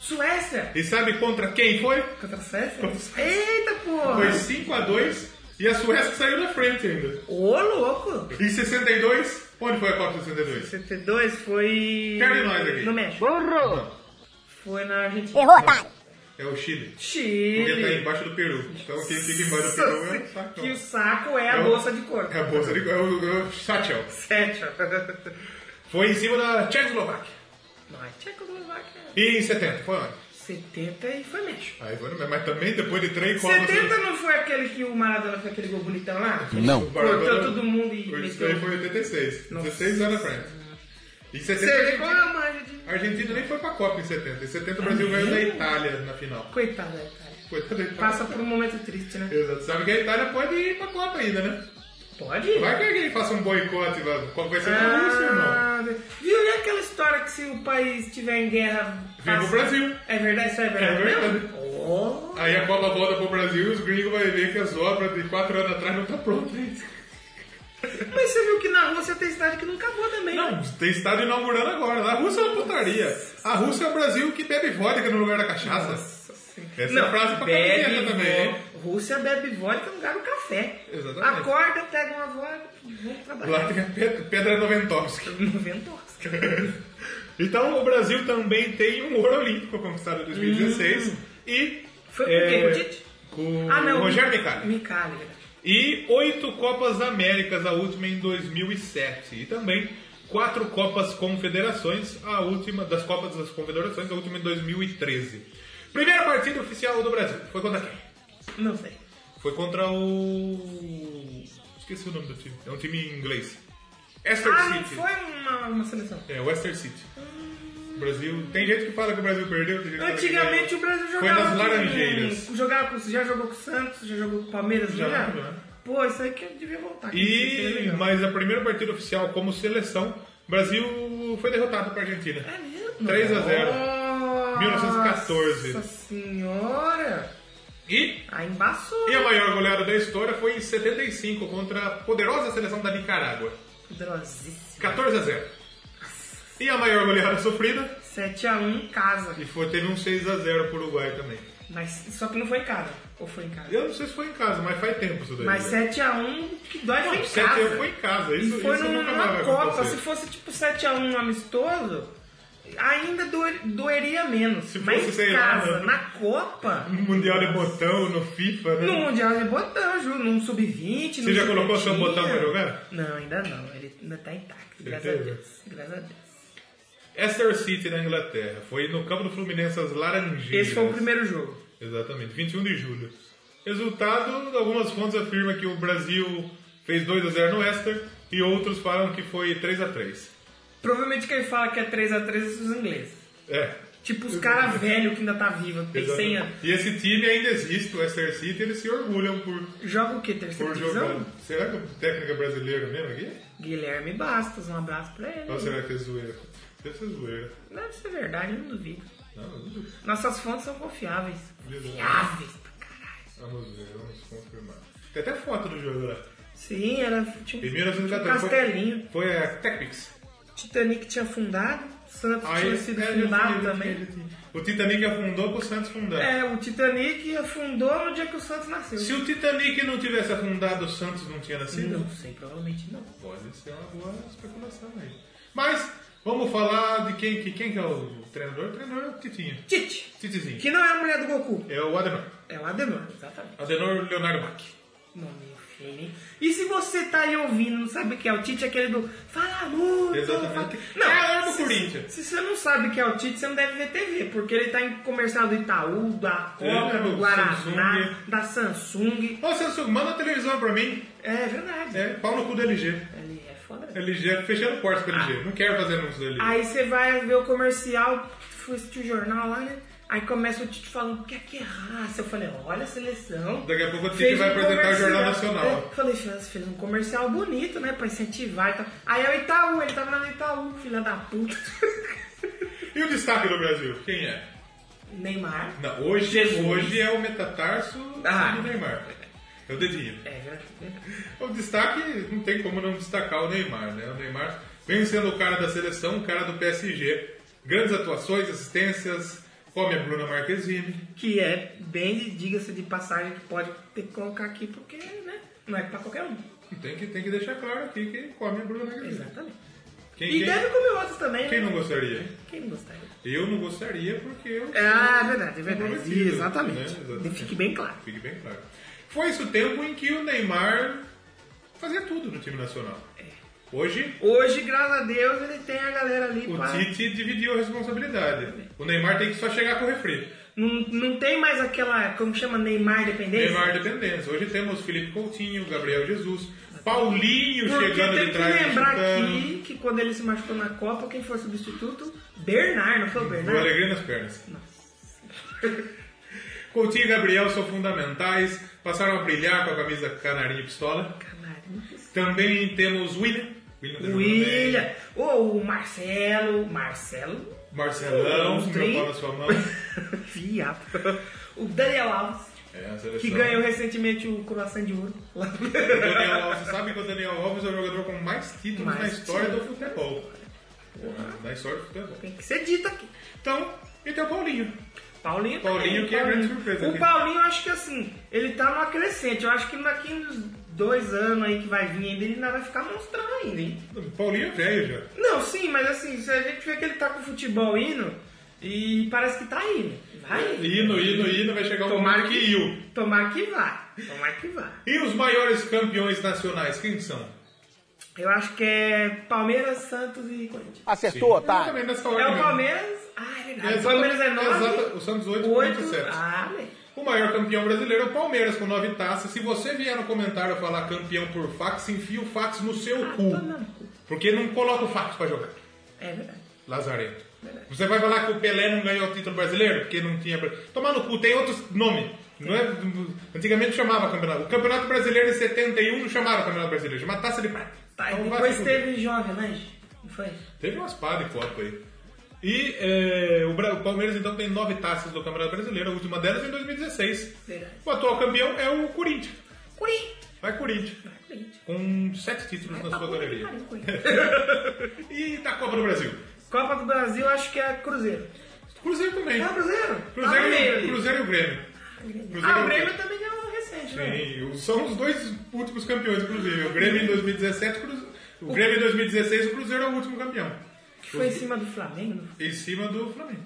Speaker 1: Suécia!
Speaker 2: E sabe contra quem foi?
Speaker 1: Contra a Suécia? Eita porra!
Speaker 2: Foi 5x2 e a Suécia saiu na frente ainda.
Speaker 1: Ô, louco!
Speaker 2: Em 62, onde foi a Copa de 62?
Speaker 1: 62 foi.
Speaker 2: Perde nós aqui.
Speaker 1: No México.
Speaker 2: Não,
Speaker 1: Foi na Argentina.
Speaker 5: Errou, otário!
Speaker 2: é o Chile. Porque tá
Speaker 1: Chile.
Speaker 2: embaixo do Peru. Então quem fica embaixo do Peru é o saco.
Speaker 1: Que o saco é a
Speaker 2: É o-
Speaker 1: bolsa de couro.
Speaker 2: É a bolsa de. É o, é o satchel.
Speaker 1: Sete.
Speaker 2: Foi em cima da Tchecoslováquia.
Speaker 1: Não, é Tchecoslováquia.
Speaker 2: E em 70, foi onde?
Speaker 1: 70 e foi México.
Speaker 2: Aí foi, no- mas também depois de três Copas.
Speaker 1: 70 não foi aquele que o Maradona fez aquele gol bonitão lá?
Speaker 3: Não.
Speaker 1: Cortou todo mundo e
Speaker 2: Isso daí
Speaker 1: meteu. um
Speaker 2: foi em 86.
Speaker 1: Nossa.
Speaker 2: 16 anos à frente. Em 70,
Speaker 1: Você vê
Speaker 2: a
Speaker 1: qual é a manja de.
Speaker 2: Argentina nem foi pra Copa em 70. Em 70 o Brasil ganhou da Itália na final.
Speaker 1: Coitada da Itália.
Speaker 2: Coitado da Itália.
Speaker 1: Uhum. Passa por um momento triste, né?
Speaker 2: Exato. Sabe que a Itália pode ir pra Copa ainda, né?
Speaker 1: Pode?
Speaker 2: Vai que alguém faça um boicote lá. Qual vai ser a Rússia, irmão?
Speaker 1: Ah, viu né, aquela história que se o país estiver em guerra.
Speaker 2: Vem pro Brasil.
Speaker 1: É verdade, isso é verdade.
Speaker 2: É verdade.
Speaker 1: mesmo? Oh.
Speaker 2: Aí a Copa volta pro Brasil e os gringos vão ver que as obras de 4 anos atrás não tá pronta ainda.
Speaker 1: Mas você viu que na Rússia tem cidade que não acabou também. né?
Speaker 2: Não, tem estado inaugurando agora. A Rússia é uma putaria. A Rússia é o Brasil que bebe vodka no lugar da cachaça. Essa é a frase pra camiseta também, hein?
Speaker 1: vo- Rússia bebe vodka no lugar do café.
Speaker 2: Exatamente.
Speaker 1: Acorda, pega uma vodka e vamos
Speaker 2: Lá
Speaker 1: trabalhar.
Speaker 2: tem a Ped- Pedra Noventovski.
Speaker 1: <laughs> 90 horas.
Speaker 2: <coughs> Então o Brasil também tem um ouro olímpico conquistado em 2016. E.
Speaker 1: Hum. Foi com
Speaker 2: é,
Speaker 1: quem? Com o Tite?
Speaker 2: Com
Speaker 1: Ah, não.
Speaker 2: Rogério Micali.
Speaker 1: Micali, é verdade.
Speaker 2: E oito Copas Américas, a última em 2007. E também quatro Copas Confederações, a última das Copas das Confederações, a última em 2013. Primeira partida oficial do Brasil. Foi contra quem?
Speaker 1: Não sei.
Speaker 2: Foi contra o. Esqueci o nome do time. É um time em inglês. Esther
Speaker 1: Ah, não
Speaker 2: City.
Speaker 1: foi uma, uma seleção.
Speaker 2: É, Western City. O Brasil. Tem gente que fala que o Brasil perdeu, tem gente que fala que
Speaker 1: Antigamente
Speaker 2: ganhou.
Speaker 1: o Brasil
Speaker 2: Foi
Speaker 1: jogava.
Speaker 2: nas
Speaker 1: com-
Speaker 2: Laranjeiras.
Speaker 1: jogava com, já jogou com o Santos, já jogou com o Palmeiras,
Speaker 2: Já,
Speaker 1: já.
Speaker 2: já.
Speaker 1: Pô, isso aí que eu devia voltar. que isso aí é
Speaker 2: E,
Speaker 1: legal.
Speaker 2: mas a primeira partida oficial como seleção, o Brasil foi derrotado pra Argentina.
Speaker 1: É mesmo?
Speaker 2: 3 a 0.
Speaker 1: Nossa
Speaker 2: 1914.
Speaker 1: senhora!
Speaker 4: E,
Speaker 1: Aí embaçou.
Speaker 2: E a maior goleada da história foi em 75 contra a poderosa seleção da Nicarágua.
Speaker 1: Poderosíssimo.
Speaker 2: 14 a 0. E a maior goleada sofrida
Speaker 1: 7x1 em casa.
Speaker 2: e foi, teve um 6 a 0 pro Uruguai também.
Speaker 1: Mas só que não foi em casa. Ou foi em casa?
Speaker 2: Eu não sei se foi em casa, mas faz tempo isso daí.
Speaker 1: Mas 7x1 que dói foi em
Speaker 2: Sete a um
Speaker 1: casa.
Speaker 2: foi em casa. Isso,
Speaker 1: e foi
Speaker 2: isso
Speaker 1: num-
Speaker 2: nunca mais
Speaker 1: numa
Speaker 2: vai
Speaker 1: Copa.
Speaker 2: acontecer.
Speaker 1: Se fosse tipo 7x1 amistoso, ainda doer- doeria menos.
Speaker 2: Se
Speaker 1: Mas
Speaker 2: fosse,
Speaker 1: em
Speaker 2: sei lá,
Speaker 1: casa,
Speaker 2: né?
Speaker 1: na Copa,
Speaker 2: No Mundial de Botão, no FIFA, né?
Speaker 1: no Mundial de Botão, Ju, num sub-20.
Speaker 2: Você já colocou seu botão pra jogar?
Speaker 1: Não, ainda não. Ele ainda tá intacto. Graças a
Speaker 2: Certeza?
Speaker 1: Deus. Graças a Deus.
Speaker 2: Leicester City na Inglaterra. Foi no campo do Fluminense as Laranjeiras.
Speaker 1: Esse foi o primeiro jogo.
Speaker 2: Exatamente, 21 de julho. Resultado, algumas fontes afirmam que o Brasil fez 2 a 0 no Leicester e outros falam que foi 3 a 3.
Speaker 1: Provavelmente quem fala que é 3x3 é os ingleses.
Speaker 2: É.
Speaker 1: Tipo os caras velhos que ainda tá vivo, que tem 100 anos.
Speaker 2: exatamente. E esse time ainda existe, o Leicester City, eles se orgulham por,
Speaker 1: Joga o que? Terceira
Speaker 2: por
Speaker 1: divisão?
Speaker 2: jogar. Será que o técnico é brasileiro mesmo aqui?
Speaker 1: Guilherme Bastos, um abraço pra ele.
Speaker 2: Ou será que é zoeira? Deve ser zoeira.
Speaker 1: Deve ser verdade, eu não duvido.
Speaker 2: Não, não
Speaker 1: Nossas fontes são confiáveis.
Speaker 2: duvido.
Speaker 1: Confiáveis pra caralho.
Speaker 2: Vamos ver, vamos confirmar. Tem até foto do jogo lá.
Speaker 1: Sim, era. Tinha um, tinha
Speaker 2: Em
Speaker 1: um
Speaker 2: 1914.
Speaker 1: castelinho.
Speaker 2: Foi, foi a Technics.
Speaker 1: Titanic tinha afundado, Santos tinha sido
Speaker 2: é,
Speaker 1: fundado
Speaker 2: já
Speaker 1: também.
Speaker 2: tinha- já tinha. O Titanic afundou pro Santos fundar.
Speaker 1: É, o Titanic afundou no dia que o Santos nasceu.
Speaker 2: Se o Titanic não tivesse afundado, o Santos não tinha nascido?
Speaker 1: Não sei, provavelmente não.
Speaker 2: Pode ser uma boa especulação aí. Mas, vamos falar de quem que, quem que é o treinador? O treinador é o Titinho.
Speaker 1: Tite,
Speaker 2: Titizinho.
Speaker 1: que não é a mulher do Goku,
Speaker 2: É o Adenor.
Speaker 1: é o Adenor, exatamente.
Speaker 2: Adenor Leonardo Mack.
Speaker 1: Nome feio, hein? E se você tá aí ouvindo, não sabe o que é o Tite, é aquele do fala muito.
Speaker 2: Exatamente.
Speaker 1: fala-
Speaker 2: Ah, era do
Speaker 1: se-
Speaker 2: Corinthians.
Speaker 1: Se você não sabe o que é o Tite, você não deve ver TV, porque ele tá em comercial do Itaú, da Coca,
Speaker 2: É,
Speaker 1: do
Speaker 2: do
Speaker 1: Guaraná,
Speaker 2: Samsung.
Speaker 1: da Samsung.
Speaker 2: Ô, Santos, manda a televisão pra mim.
Speaker 1: É verdade.
Speaker 2: É, pau no cu da LG.
Speaker 1: Ele é foda.
Speaker 2: LG, é fechando portas pra LG. Não quero fazer anúncio da LG.
Speaker 1: Aí você vai ver o comercial, fui assistir o jornal lá, né? Aí começa o Tite falando, que é que é raça? Eu falei, olha a seleção.
Speaker 2: Daqui a pouco o Tite
Speaker 1: Fez
Speaker 2: vai
Speaker 1: um
Speaker 2: apresentar o
Speaker 1: comercial.
Speaker 2: Jornal Nacional.
Speaker 1: Eu falei, fez, fez um comercial bonito, né? Pra incentivar e tal. Aí é o Itaú, ele tava lá no Itaú, filha da puta. <laughs> É.
Speaker 2: E o destaque do Brasil? Quem é?
Speaker 1: Neymar.
Speaker 2: Não, hoje,
Speaker 1: Jesus.
Speaker 2: hoje é o metatarso
Speaker 1: Ah.
Speaker 2: do Neymar. É o dedinho.
Speaker 1: É, verdade.
Speaker 2: O destaque, não tem como não destacar o Neymar, né? O Neymar vem sendo o cara da seleção, o cara do PSG. Grandes atuações, assistências, come a Bruna Marquezine.
Speaker 1: Que é bem, de- diga-se de passagem, que pode ter que colocar aqui, porque, né? Não é pra qualquer um.
Speaker 2: E Tem que, tem que deixar claro aqui que come a Bruna Marquezine.
Speaker 1: Exatamente.
Speaker 2: Quem,
Speaker 1: E
Speaker 2: quem-
Speaker 1: deve comer outros também,
Speaker 2: quem
Speaker 1: né?
Speaker 2: não gostaria?
Speaker 1: Quem não gostaria?
Speaker 2: Eu não gostaria porque eu...
Speaker 1: Ah, é verdade, é verdade.
Speaker 2: Comprometido, né?
Speaker 1: Exatamente.
Speaker 2: Exatamente.
Speaker 1: Fique bem claro.
Speaker 2: Fique bem claro. Foi esse o tempo em que o Neymar fazia tudo no time nacional.
Speaker 1: É.
Speaker 2: Hoje,
Speaker 1: Hoje, graças a Deus, ele tem a galera ali
Speaker 2: O
Speaker 1: pra...
Speaker 2: Tite dividiu a responsabilidade. O Neymar tem que só chegar com o refri.
Speaker 1: Não, não tem mais aquela, como chama, Neymar dependência?
Speaker 2: Neymar dependência. Hoje temos Felipe Coutinho, Gabriel Jesus, Paulinho
Speaker 1: Porque
Speaker 2: chegando
Speaker 1: tem
Speaker 2: de
Speaker 1: que
Speaker 2: trás e
Speaker 1: lembrar
Speaker 2: chutando.
Speaker 1: aqui que quando ele se machucou na Copa, quem foi substituto? Bernard, não foi o
Speaker 2: Deu
Speaker 1: Bernard?
Speaker 2: alegria nas pernas. Coutinho e Gabriel são fundamentais. Passaram a brilhar com a camisa canarinha e pistola.
Speaker 1: Canarinhos.
Speaker 2: Também temos William. William tá jogando bem.
Speaker 1: William, ou o Marcelo, Marcelo, <laughs>
Speaker 2: Marcelão, com meu
Speaker 1: Trin.
Speaker 2: pau na sua mão.
Speaker 1: viado, o Daniel Alves,
Speaker 2: É, a seleção.
Speaker 1: que ganhou recentemente o Croissant de Ouro. lá.
Speaker 2: O Daniel Alves, você sabe que o Daniel Alves é o jogador com mais títulos
Speaker 1: Mais
Speaker 2: na história
Speaker 1: títulos.
Speaker 2: do futebol. Na história do futebol.
Speaker 1: <laughs> Tem que ser dito aqui.
Speaker 2: Então, e tem o Paulinho.
Speaker 1: Paulinho, também,
Speaker 2: Paulinho que é a grande surpresa
Speaker 1: O
Speaker 2: aqui.
Speaker 1: Paulinho, eu acho que assim, ele tá numa crescente. Eu acho que daqui uns dois anos aí que vai vir ainda, ele ainda vai ficar monstrão ainda, hein?
Speaker 2: Paulinho é velho já.
Speaker 1: Não, sim, mas assim, se a gente vê que ele tá com o futebol indo, e parece que tá indo. Vai. indo.
Speaker 2: Hino, hino, hino, vai chegar o
Speaker 1: Tomara
Speaker 2: Tomara que Rio.
Speaker 1: Tomara que vá. Tomara que vá.
Speaker 2: E os maiores campeões nacionais, quem são?
Speaker 1: Eu acho que é Palmeiras, Santos e Corinthians.
Speaker 3: Acertou, otário.
Speaker 2: Exatamente nessa
Speaker 1: É
Speaker 2: ordem
Speaker 1: o
Speaker 2: mesmo.
Speaker 1: Palmeiras. Ah, é verdade.
Speaker 2: Exata-
Speaker 1: o Palmeiras é
Speaker 2: exata-
Speaker 1: 9.
Speaker 2: o Santos oito, Corinthians
Speaker 1: 8.
Speaker 2: sete.
Speaker 1: Ah, velho.
Speaker 2: O maior campeão brasileiro é o Palmeiras, com nove taças. Se você vier no comentário falar campeão por fax, enfia o fax no seu
Speaker 1: Ah,
Speaker 2: cu.
Speaker 1: toma no cu.
Speaker 2: Porque não coloca o fax pra jogar.
Speaker 1: É verdade.
Speaker 2: Lazarento.
Speaker 1: Verdade.
Speaker 2: Você vai falar que o Pelé não ganhou o título brasileiro? Porque não tinha. Tomar no cu, tem outros nome. Não é... Antigamente chamava campeonato. O campeonato brasileiro em 71 não chamava campeonato brasileiro, chamava taça de prata.
Speaker 1: Tá, e
Speaker 2: Então vai
Speaker 1: depois
Speaker 2: se fuder.
Speaker 1: teve Jovem Lange, não foi?
Speaker 2: Teve umas pá de copa aí. E é, o, Bra- o Palmeiras então tem nove taças do Campeonato Brasileiro, a última delas em 2016.
Speaker 1: Verdade.
Speaker 2: O atual campeão é o Corinthians.
Speaker 1: Corinthians. Ah,
Speaker 2: Vai Corinthians.
Speaker 1: Corinthians.
Speaker 2: Com sete títulos
Speaker 1: Vai
Speaker 2: na
Speaker 1: pra
Speaker 2: sua
Speaker 1: puta que
Speaker 2: galeria.
Speaker 1: pariu, Corinthians.
Speaker 2: <laughs> E da Copa do Brasil?
Speaker 1: Copa do Brasil, acho que é Cruzeiro.
Speaker 2: Cruzeiro também.
Speaker 1: É o Cruzeiro? Tá no meio
Speaker 2: Cruzeiro,
Speaker 1: ali.
Speaker 2: e, Cruzeiro e o Grêmio. Cruzeiro
Speaker 1: Ah,
Speaker 2: e
Speaker 1: o Grêmio também ganhou recente, né?
Speaker 2: Sim, o- são os dois últimos campeões, inclusive. O Grêmio em 2017, o Cruze- o Grêmio em 2016, o Cruzeiro é o último campeão.
Speaker 1: Que foi em cima do Flamengo.
Speaker 2: Em cima do Flamengo.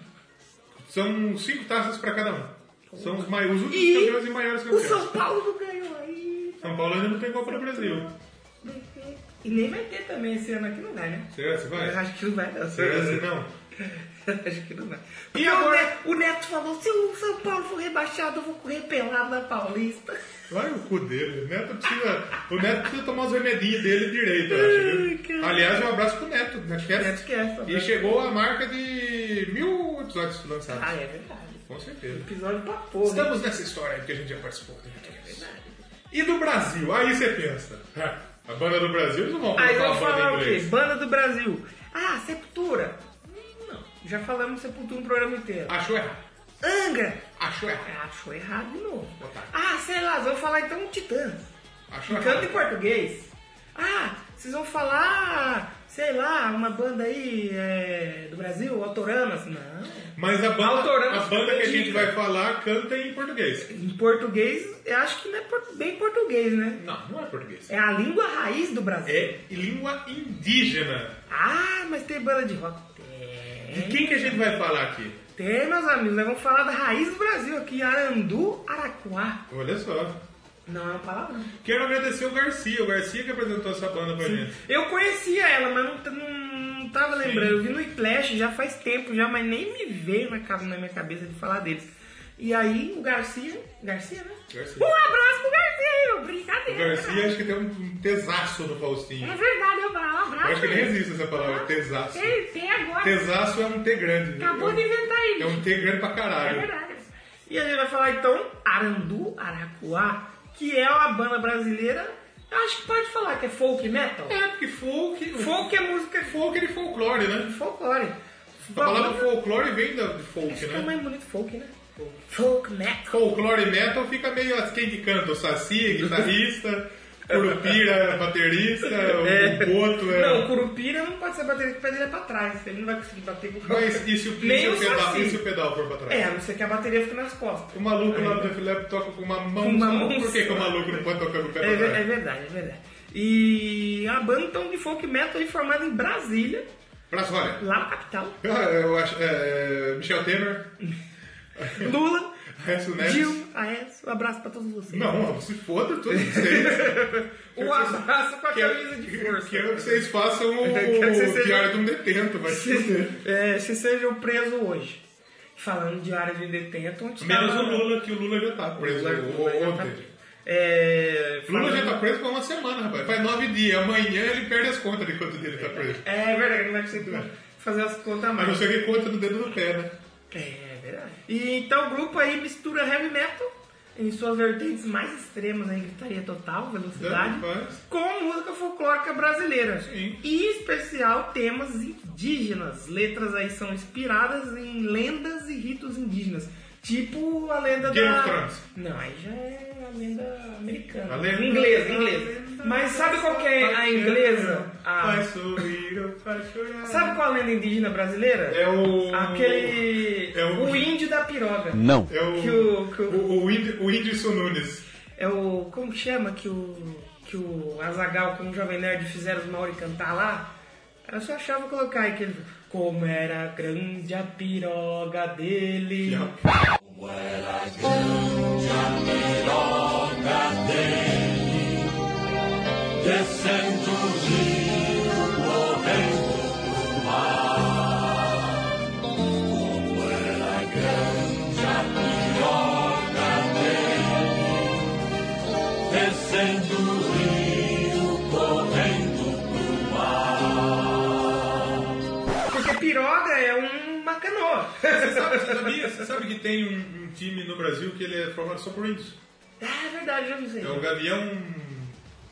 Speaker 2: São cinco taças para cada um. São os, mai- os últimos
Speaker 1: E
Speaker 2: campeões e maiores
Speaker 1: O
Speaker 2: campeões.
Speaker 1: São Paulo ganhou aí.
Speaker 2: São Paulo ainda não tem Copa do Brasil.
Speaker 1: E nem vai ter também esse ano aqui, não vai, né?
Speaker 2: Será que
Speaker 1: Eu
Speaker 2: vai?
Speaker 1: acho que não vai, É, não.
Speaker 2: Será
Speaker 1: <laughs>
Speaker 2: que não?
Speaker 1: Acho que não vai.
Speaker 2: E
Speaker 1: Porque o
Speaker 2: agora?
Speaker 1: Ne- O Neto falou: se o São Paulo for rebaixado, eu vou correr pelado na Paulista.
Speaker 2: Vai o cu dele. O Neto precisa, o Neto precisa tomar os remedinhos dele direito, eu acho.
Speaker 1: Ai,
Speaker 2: viu?
Speaker 1: cara.
Speaker 2: Aliás, um abraço pro Neto,
Speaker 1: É?
Speaker 2: Netcast.
Speaker 1: Netcast,
Speaker 2: E
Speaker 1: abraço.
Speaker 2: chegou a marca de mil episódios lançados.
Speaker 1: Ah, é verdade.
Speaker 2: Com certeza.
Speaker 1: Episódio pra porra. É
Speaker 2: Estamos nessa história porque a gente já participou do Netcast. E do Brasil? Aí você pensa. "Ah, A banda do Brasil eles não vão
Speaker 1: Aí
Speaker 2: colocar
Speaker 1: eu
Speaker 2: uma banda
Speaker 1: falar
Speaker 2: em
Speaker 1: o quê?
Speaker 2: inglês.
Speaker 1: Banda do Brasil. Ah, Sepultura. Hum, Não. Já falamos Sepultura no programa inteiro.
Speaker 2: Achou errado.
Speaker 1: Angra.
Speaker 2: Achou errado.
Speaker 1: Ah, Achou errado de novo.
Speaker 2: Otário.
Speaker 1: Ah, sei lá, vamos falar então Titãs.
Speaker 2: Achou
Speaker 1: Canta em
Speaker 2: errado.
Speaker 1: português. Ah, vocês vão falar, sei lá, uma banda aí é, do Brasil, Autoramas. Não.
Speaker 2: Mas a banda,
Speaker 1: Autorama
Speaker 2: a banda que a gente
Speaker 1: dica.
Speaker 2: vai falar canta em português.
Speaker 1: Em português, eu acho que não é por- bem português, né?
Speaker 2: Não, não é português.
Speaker 1: É a língua raiz do Brasil.
Speaker 2: É língua indígena.
Speaker 1: Ah, mas tem banda de rock. Tem.
Speaker 2: De quem que a gente vai falar aqui?
Speaker 1: Tem, meus amigos, nós vamos falar da raiz do Brasil aqui, Arandu Araquá.
Speaker 2: Olha só.
Speaker 1: Não é uma palavra. não.
Speaker 2: Quero agradecer o Garcia, o Garcia que apresentou essa banda pra gente.
Speaker 1: Eu conhecia ela, mas não, t- não, não tava lembrando. Eu vi no Iplash já faz tempo já, mas nem me veio na, ca- na minha cabeça de falar deles. E aí o Garcia. Garcia, né?
Speaker 2: Garcia.
Speaker 1: Um abraço pro Garcia aí, meu. Brincadeira.
Speaker 2: O Garcia acho que tem um, um tesaço no
Speaker 1: É
Speaker 2: Faustinho.
Speaker 1: verdade, eu falo, um abraço.
Speaker 2: Eu acho que nem existe essa palavra, tesaço.
Speaker 1: Tem, tem agora.
Speaker 2: Tesaço é um T grande. né?
Speaker 1: Acabou de inventar isso.
Speaker 2: É um T grande pra
Speaker 1: É
Speaker 2: caralho.
Speaker 1: verdade. E a gente vai falar então Arandu Aracuá, que é uma banda brasileira, eu acho que pode falar que é folk metal.
Speaker 2: É, porque folk.
Speaker 1: Folk é música
Speaker 2: Folk é de folclore, né?
Speaker 1: folclore.
Speaker 2: A palavra
Speaker 1: Banda-
Speaker 2: folclore vem da- de folk,
Speaker 1: Acho que é o
Speaker 2: né?
Speaker 1: mais bonito folk, né? Folk metal.
Speaker 2: Folclore metal fica meio as quem que canta, o Saci, guitarrista, Curupira,
Speaker 1: <laughs>
Speaker 2: baterista, É, o Boto é.
Speaker 1: Não, o Curupira não pode ser bater com ele é pra trás. Ele não vai conseguir bater com o
Speaker 2: Mas e se o,
Speaker 1: Nem
Speaker 2: e se o
Speaker 1: o
Speaker 2: pedal,
Speaker 1: Saci.
Speaker 2: e se o pedal for pra trás?
Speaker 1: É, a não ser que a bateria fique nas costas.
Speaker 2: O maluco lá do Defilep toca com uma mão.
Speaker 1: Com uma
Speaker 2: só.
Speaker 1: mão
Speaker 2: Por que, que o
Speaker 1: só.
Speaker 2: maluco não pode tocar com o pé
Speaker 1: É,
Speaker 2: pra
Speaker 1: ver- é
Speaker 2: trás?
Speaker 1: verdade, é verdade. E a banda então de folk metal aí formada em Brasília,
Speaker 2: Braço, olha.
Speaker 1: lá na capital.
Speaker 2: Ah, Eu acho. é, Michel Temer, <laughs>
Speaker 1: Lula,
Speaker 2: Resto Neves.
Speaker 1: Dilma, Aécio, um abraço pra todos vocês.
Speaker 2: Né? Não, se foda
Speaker 1: <laughs>
Speaker 2: todos vocês.
Speaker 1: Um abraço com a camisa de força.
Speaker 2: Quero é que vocês façam o
Speaker 1: Quero que vocês sejam-
Speaker 2: diário de um detento, vai se fuder.
Speaker 1: <laughs> É, vocês sejam presos hoje. Falando de área de detento, onde
Speaker 2: Menos
Speaker 1: tava-
Speaker 2: o Lula, que o Lula já tá
Speaker 1: O
Speaker 2: preso
Speaker 1: Lula- o Lula já tá
Speaker 2: ontem.
Speaker 1: preso. É,
Speaker 2: O Lula
Speaker 1: falando-
Speaker 2: já tá preso por uma semana, rapaz. Faz nove dias. Amanhã ele perde as contas de quanto dele tá preso.
Speaker 1: É verdade, ele não vai conseguir fazer as contas a
Speaker 2: A não
Speaker 1: mais.
Speaker 2: ser que conta do dedo do pé, né?
Speaker 1: É verdade. E então o grupo aí mistura heavy metal em suas vertentes mais extremas, em gritaria total, velocidade,
Speaker 2: É, faz.
Speaker 1: com música folclórica brasileira.
Speaker 2: Sim.
Speaker 1: E em especial temas indígenas. Letras aí são inspiradas em lendas e ritos indígenas. Tipo a lenda
Speaker 2: Game
Speaker 1: da.
Speaker 2: of Thrones.
Speaker 1: Não, aí já é a lenda americana.
Speaker 2: A lenda-
Speaker 1: Inglesa, inglesa. Mas sabe qual que é a inglesa? A-
Speaker 2: Faz sorrir ou faz chorar.
Speaker 1: Sabe qual a lenda indígena brasileira?
Speaker 2: É o.
Speaker 1: Aquele.
Speaker 2: É o-
Speaker 1: o... índio da piroga.
Speaker 3: Não.
Speaker 2: É o.
Speaker 1: Que o- que o-
Speaker 2: o, o Ind- o Whindersson Nunes.
Speaker 1: É o. Como que chama que o. Que o Azagal com o Jovem Nerd fizeram os Maori cantar lá? Eu só achava colocar aquele. Como era grande a piroga dele.
Speaker 2: Não.
Speaker 5: descendo o rio correndo pro mar. Como era grande a piroga dele, descendo o rio correndo pro mar.
Speaker 1: Porque piroga é um- uma canoa. <laughs>
Speaker 2: Você sabe, você sabia? Você sabe que tem um, um time no Brasil que ele é formado só por índios?
Speaker 1: é verdade, eu não sei.
Speaker 2: É o Gavião.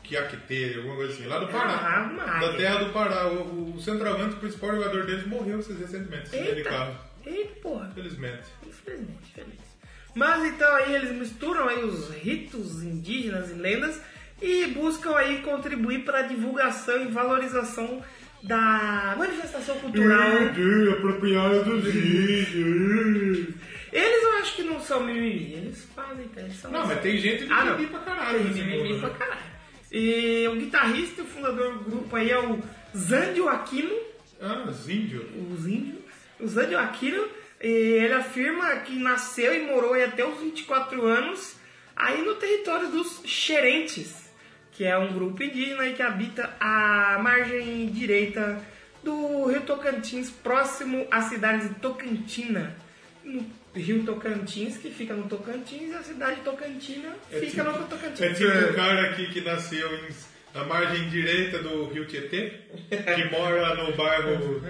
Speaker 2: Que Kiakite, alguma coisa assim, lá do Pará.
Speaker 1: Caralho, Mário.
Speaker 2: da terra do Pará. O, o centroavante, o principal jogador deles, morreu esses recentemente, se
Speaker 1: Eita,
Speaker 2: dedicava.
Speaker 1: eita, porra.
Speaker 2: Infelizmente.
Speaker 1: Infelizmente, infelizmente. Mas então aí eles misturam aí os ritos indígenas e lendas e buscam aí contribuir para a divulgação e valorização da manifestação
Speaker 2: É.
Speaker 1: cultural.
Speaker 2: apropriado dos vídeos.
Speaker 1: Eles eu acho que não são mimimi, eles fazem, tá? Eles são
Speaker 2: Não, mas tem gente
Speaker 1: Ah,
Speaker 2: mimimi
Speaker 1: não.
Speaker 2: pra caralho nesse
Speaker 1: mimimi
Speaker 2: mundo.
Speaker 1: pra
Speaker 2: né?
Speaker 1: caralho. E o guitarrista e o fundador do grupo aí é o Zandio Aquino.
Speaker 2: Ah, os índios.
Speaker 1: os índios, o Zandio Aquino, e ele afirma que nasceu e morou aí até os 24 anos aí no território dos Xerentes, que é um grupo indígena aí que habita a margem direita do Rio Tocantins, próximo à cidade de Tocantina. No Rio Tocantins, que fica no Tocantins, e a cidade de Tocantina fica no Tocantins.
Speaker 2: É tipo um cara aqui que nasceu em, na margem direita do rio Tietê, que mora no bairro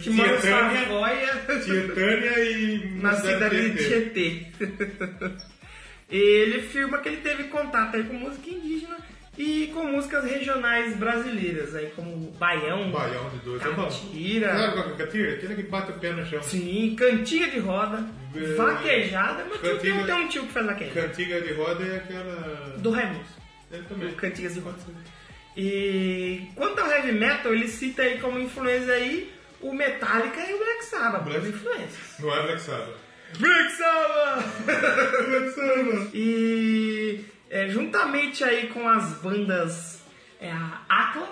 Speaker 1: que mora em
Speaker 2: Tietânia,
Speaker 1: Sarregoia.
Speaker 2: Tietânia e
Speaker 1: na cidade de Tietê. <laughs> ele afirma que ele teve contato aí com música indígena e com músicas regionais brasileiras, aí como Baião,
Speaker 2: Um baião de dois, é bom.
Speaker 1: Catira,
Speaker 2: Sabe qual que é o catira? Aquele que bate o pé no chão.
Speaker 1: sim, cantiga de roda,
Speaker 2: Be-
Speaker 1: vaquejada, mas tio, tem,
Speaker 2: Cantiga-
Speaker 1: tem um tio que faz vaquejada,
Speaker 2: Cantiga de roda é aquela...
Speaker 1: do Raimundo.
Speaker 2: Ele
Speaker 1: do
Speaker 2: também.
Speaker 1: Cantigas de Rodas. E quanto ao heavy metal, ele cita aí como influência aí o Metallica e o Black Sabbath,
Speaker 2: Black-
Speaker 1: como influências.
Speaker 2: Não é Black <laughs> Sabbath.
Speaker 1: Black
Speaker 2: <laughs>
Speaker 1: Sabbath!
Speaker 2: Black Sabbath.
Speaker 1: E é, juntamente aí com as bandas é, a Aqua,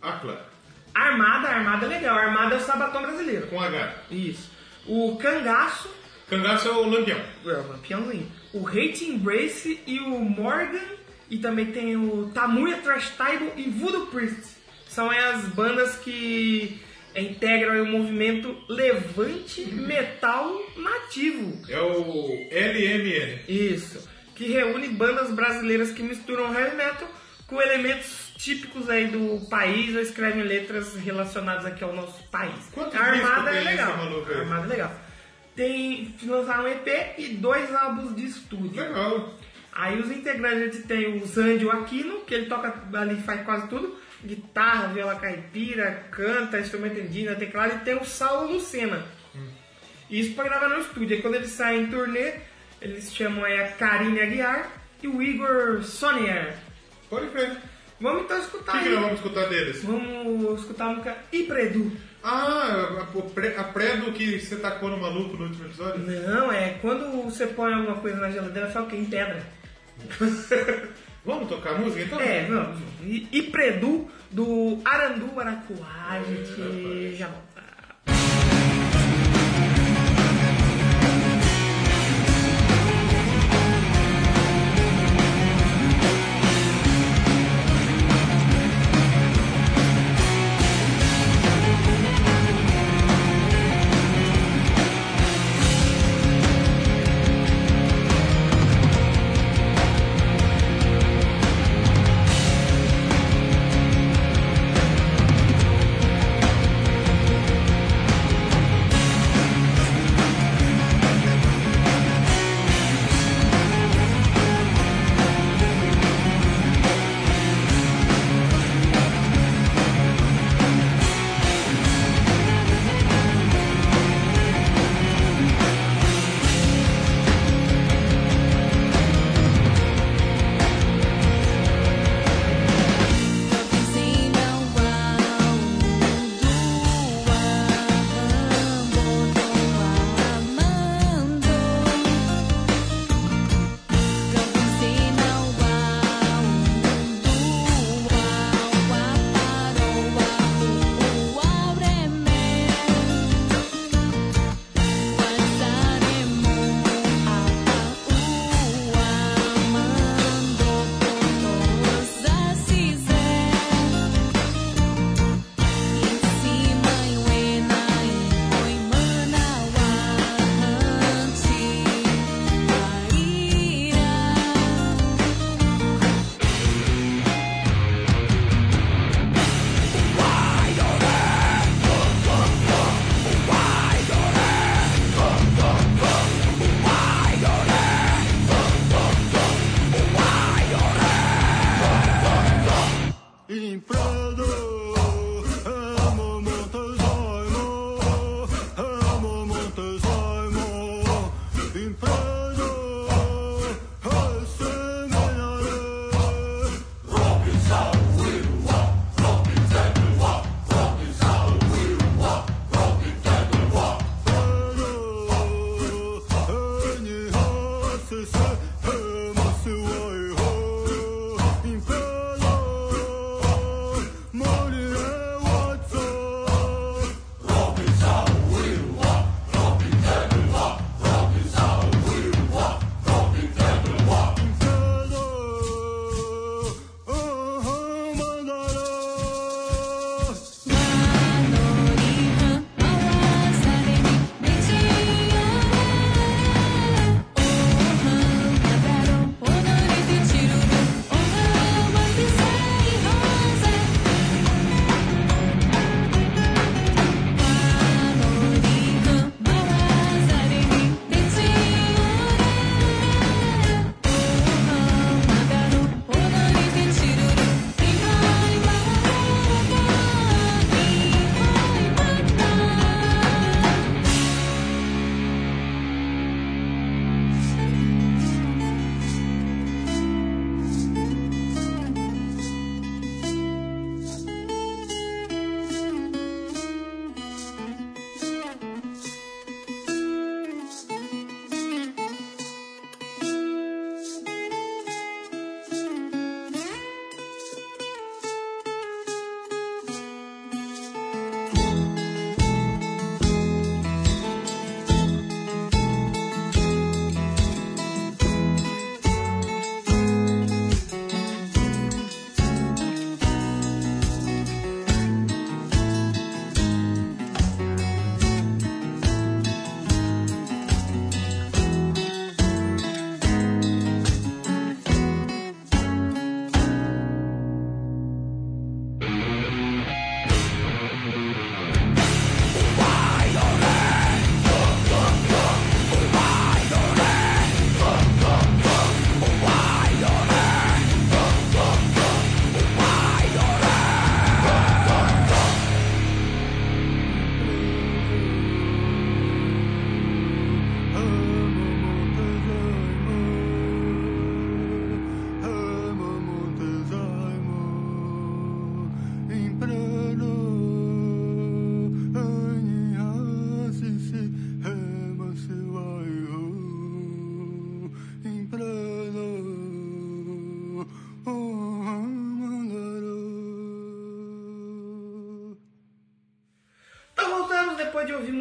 Speaker 2: Acla,
Speaker 1: Armada, Armada é legal, Armada é o Sabatão brasileiro.
Speaker 2: com H.
Speaker 1: Isso. O Cangaço,
Speaker 2: Cangaço é o lampião.
Speaker 1: é o campeãozinho. O Hate Embrace e o Morgan. E também tem o Tamuya Trash Taibo e Voodoo Priest. São aí as bandas que é, integram aí o movimento Levante Metal Nativo.
Speaker 2: É o LMN.
Speaker 1: Isso. Que reúne bandas brasileiras que misturam heavy metal com elementos típicos aí do país ou escrevem letras relacionadas aqui ao nosso país.
Speaker 2: Quantos
Speaker 1: a Armada
Speaker 2: discos tem
Speaker 1: é legal.
Speaker 2: esse maluco aí?
Speaker 1: A Armada é legal. Tem, lançaram um EP e dois álbuns de estúdio.
Speaker 2: Legal.
Speaker 1: Aí os integrantes tem o Zandio Aquino, que ele toca ali, faz quase tudo. Guitarra, viola caipira, canta, instrumento indígena, teclado. E tem o Saulo Lucena.
Speaker 2: Hum.
Speaker 1: Isso pra gravar no estúdio. Aí quando eles saem em turnê, eles chamam aí a Karine Aguiar e o Igor Sonier.
Speaker 2: Pode ver.
Speaker 1: Vamos então
Speaker 2: O
Speaker 1: escutar
Speaker 2: que, que
Speaker 1: aí.
Speaker 2: nós vamos escutar deles?
Speaker 1: Vamos escutar a música Ipredu.
Speaker 2: Ah, a- o pré- a pré do que você tacou no maluco no
Speaker 1: <laughs>
Speaker 2: último episódio?
Speaker 1: Não, é quando você põe alguma coisa na geladeira, fala que em pedra.
Speaker 2: Vamos tocar música então?
Speaker 1: É, não. E, e Predu do Arandu Aracuá,
Speaker 2: É,
Speaker 1: a gente já volta.
Speaker 5: Descendo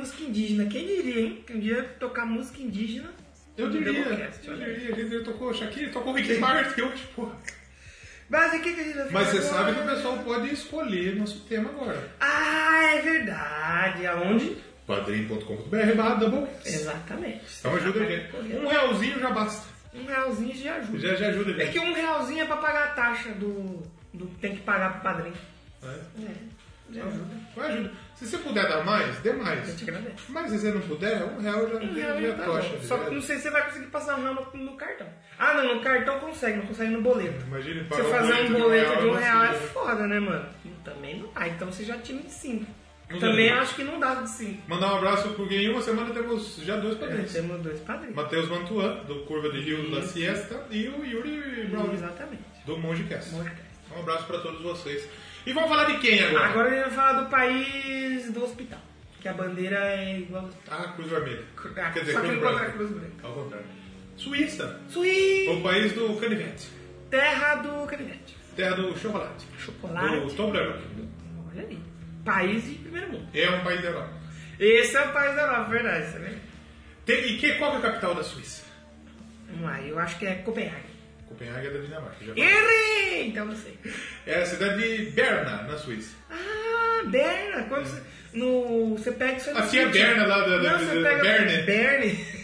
Speaker 1: Então indígena. Quem diria, hein? Que um dia tocar música indígena.
Speaker 2: Eu
Speaker 1: no
Speaker 2: diria,
Speaker 1: Doublecast,
Speaker 2: eu
Speaker 1: olha.
Speaker 2: diria, ele tocou Shakira, tocou Rick Martin é hoje, pô.
Speaker 1: Mas o que, que a gente vai
Speaker 2: Mas
Speaker 1: fazer
Speaker 2: você sabe que o
Speaker 1: agora?
Speaker 2: pessoal pode escolher nosso tema agora.
Speaker 1: Ah, é verdade. Aonde?
Speaker 2: padrim.com.br barra doublecast.
Speaker 1: Exatamente.
Speaker 2: Então ajuda a gente. Um realzinho já basta.
Speaker 1: Um realzinho de ajuda.
Speaker 2: Já, já ajuda a
Speaker 1: É
Speaker 2: gente.
Speaker 1: que um realzinho é pra pagar a taxa do. do tem que pagar pro padrinho.
Speaker 2: né?
Speaker 1: É. Já ajuda.
Speaker 2: Então ajuda. Se você puder dar mais, dê
Speaker 1: Eu
Speaker 2: mais.
Speaker 1: te agradeço.
Speaker 2: Mas se você não puder, um real já,
Speaker 1: Um
Speaker 2: já,
Speaker 1: real já tá
Speaker 2: tocha.
Speaker 1: bom. Só que não sei se você vai conseguir passar um real no, no cartão. Ah, não, no cartão consegue, não consegue no boleto.
Speaker 2: Imagina
Speaker 1: Você
Speaker 2: pagar
Speaker 1: fazer um
Speaker 2: de
Speaker 1: boleto de um
Speaker 2: é
Speaker 1: real é
Speaker 2: vacilo, né?
Speaker 1: foda, né, mano? Também não dá. Então você já tinha de cinco.
Speaker 2: Não
Speaker 1: Também
Speaker 2: dá.
Speaker 1: acho que não dá de cinco.
Speaker 2: Mandar um abraço porque em uma semana temos já dois
Speaker 1: É,
Speaker 2: padrinhos.
Speaker 1: Temos dois padrinhos.
Speaker 2: Matheus Mantuan, do Curva de Rio da Siesta, e o Yuri Brown,
Speaker 1: Exatamente.
Speaker 2: do Mongecast.
Speaker 1: Mongecast.
Speaker 2: Um abraço pra todos vocês. E vamos falar de quem agora?
Speaker 1: Agora a gente vai falar do país do hospital. Que a bandeira é igual.
Speaker 2: Ah, Cruz Vermelha.
Speaker 1: Ah,
Speaker 2: Quer dizer,
Speaker 1: só que
Speaker 2: Cruz
Speaker 1: não coloca
Speaker 2: Branca.
Speaker 1: a cruz branca.
Speaker 2: Ao contrário. Suíça,
Speaker 1: Suí!
Speaker 2: o país do canivete,
Speaker 1: Terra do canivete.
Speaker 2: terra do chocolate, do
Speaker 1: Chocolate.
Speaker 2: Toblerone.
Speaker 1: Olha aí. País de primeiro mundo.
Speaker 2: É um país da Europa.
Speaker 1: Esse é o país da Europa, verdade, você lembra?
Speaker 2: Tem- e que, qual que é a capital da Suíça?
Speaker 1: Vamos lá, eu acho que é Copenhague.
Speaker 2: Copenhague é da Dinamarca. Já falei.
Speaker 1: Errei! Então não sei.
Speaker 2: é a cidade de Berna, na Suíça.
Speaker 1: Ah, Berna! Quando você, no, você pega isso aí no
Speaker 2: A tia
Speaker 1: sítio.
Speaker 2: Ah, Berna lá da- da-
Speaker 1: Não,
Speaker 2: da-
Speaker 1: você
Speaker 2: da-
Speaker 1: pega
Speaker 2: Berne.
Speaker 1: Berne.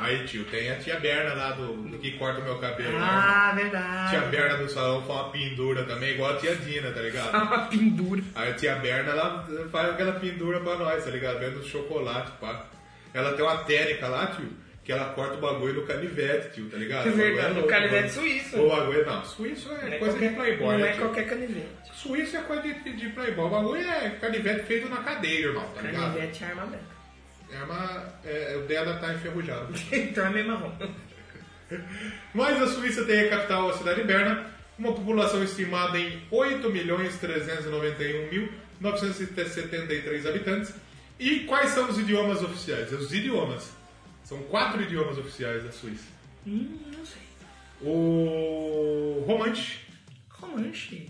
Speaker 2: Aí, tio, tem a tia Berna lá do que corta o meu cabelo. né?
Speaker 1: Ah,
Speaker 2: Tia
Speaker 1: verdade.
Speaker 2: Berna do salão foi uma pendura também, igual a tia Dina, tá
Speaker 1: <laughs>
Speaker 2: ligado?
Speaker 1: Ah, pendura.
Speaker 2: Aí a tia Berna, ela faz aquela pendura pra nós, tá ligado? Vendo chocolate, pá. Ela tem uma técnica lá, tio, que ela corta o bagulho no canivete, tio, tá ligado?
Speaker 1: É
Speaker 2: O bagulho
Speaker 1: verdade, no
Speaker 2: louco,
Speaker 1: canivete
Speaker 2: mano.
Speaker 1: suíço.
Speaker 2: O bagulho, não, suíço é, coisa de playboy,
Speaker 1: Não
Speaker 2: né,
Speaker 1: é
Speaker 2: tio?
Speaker 1: qualquer canivete.
Speaker 2: Suíço é coisa de, de playboy. O bagulho é canivete feito na cadeia, irmão, tá ligado?
Speaker 1: Canivete é arma branca. <laughs>
Speaker 2: É uma... é- o dela tá enferrujado.
Speaker 1: Então é meio marrom.
Speaker 2: Mas a Suíça tem a capital, a cidade de Berna, uma população estimada em 8.391.973 habitantes. E quais são os idiomas oficiais? Os idiomas. São quatro idiomas oficiais da Suíça.
Speaker 1: Hum, não sei.
Speaker 2: O romance.
Speaker 1: Romance.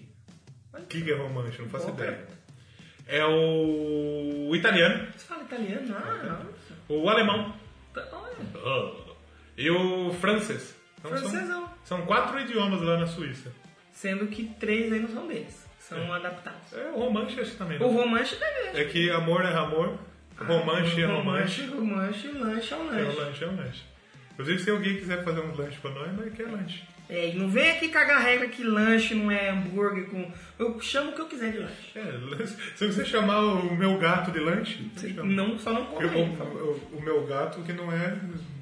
Speaker 2: O que que é romance? Não faço
Speaker 1: Boa
Speaker 2: ideia.
Speaker 1: pergunta.
Speaker 2: É o italiano,
Speaker 1: Você fala italiano? Ah,
Speaker 2: Uhum.
Speaker 1: nossa.
Speaker 2: o alemão
Speaker 1: Tá- Olha.
Speaker 2: e o francês. Então são-
Speaker 1: Francesão.
Speaker 2: São, quatro idiomas lá na Suíça.
Speaker 1: Sendo que três aí não são deles. São adaptados.
Speaker 2: É o romance acho que também. né?
Speaker 1: O romance deve.
Speaker 2: É que amor é amor, romance é romance,
Speaker 1: Romance, lanche é um
Speaker 2: é o
Speaker 1: lanche.
Speaker 2: lanche é o lanche. Inclusive, se alguém quiser fazer uns lanches pra nós, nós quer lanche.
Speaker 1: É, e não vem aqui cagar regra que lanche não é hambúrguer com. Eu chamo o que eu quiser de lanche.
Speaker 2: É, lanche. Se você chamar o meu gato de lanche, você chama.
Speaker 1: Não, só não come.
Speaker 2: Eu- o, o- o meu gato que não é.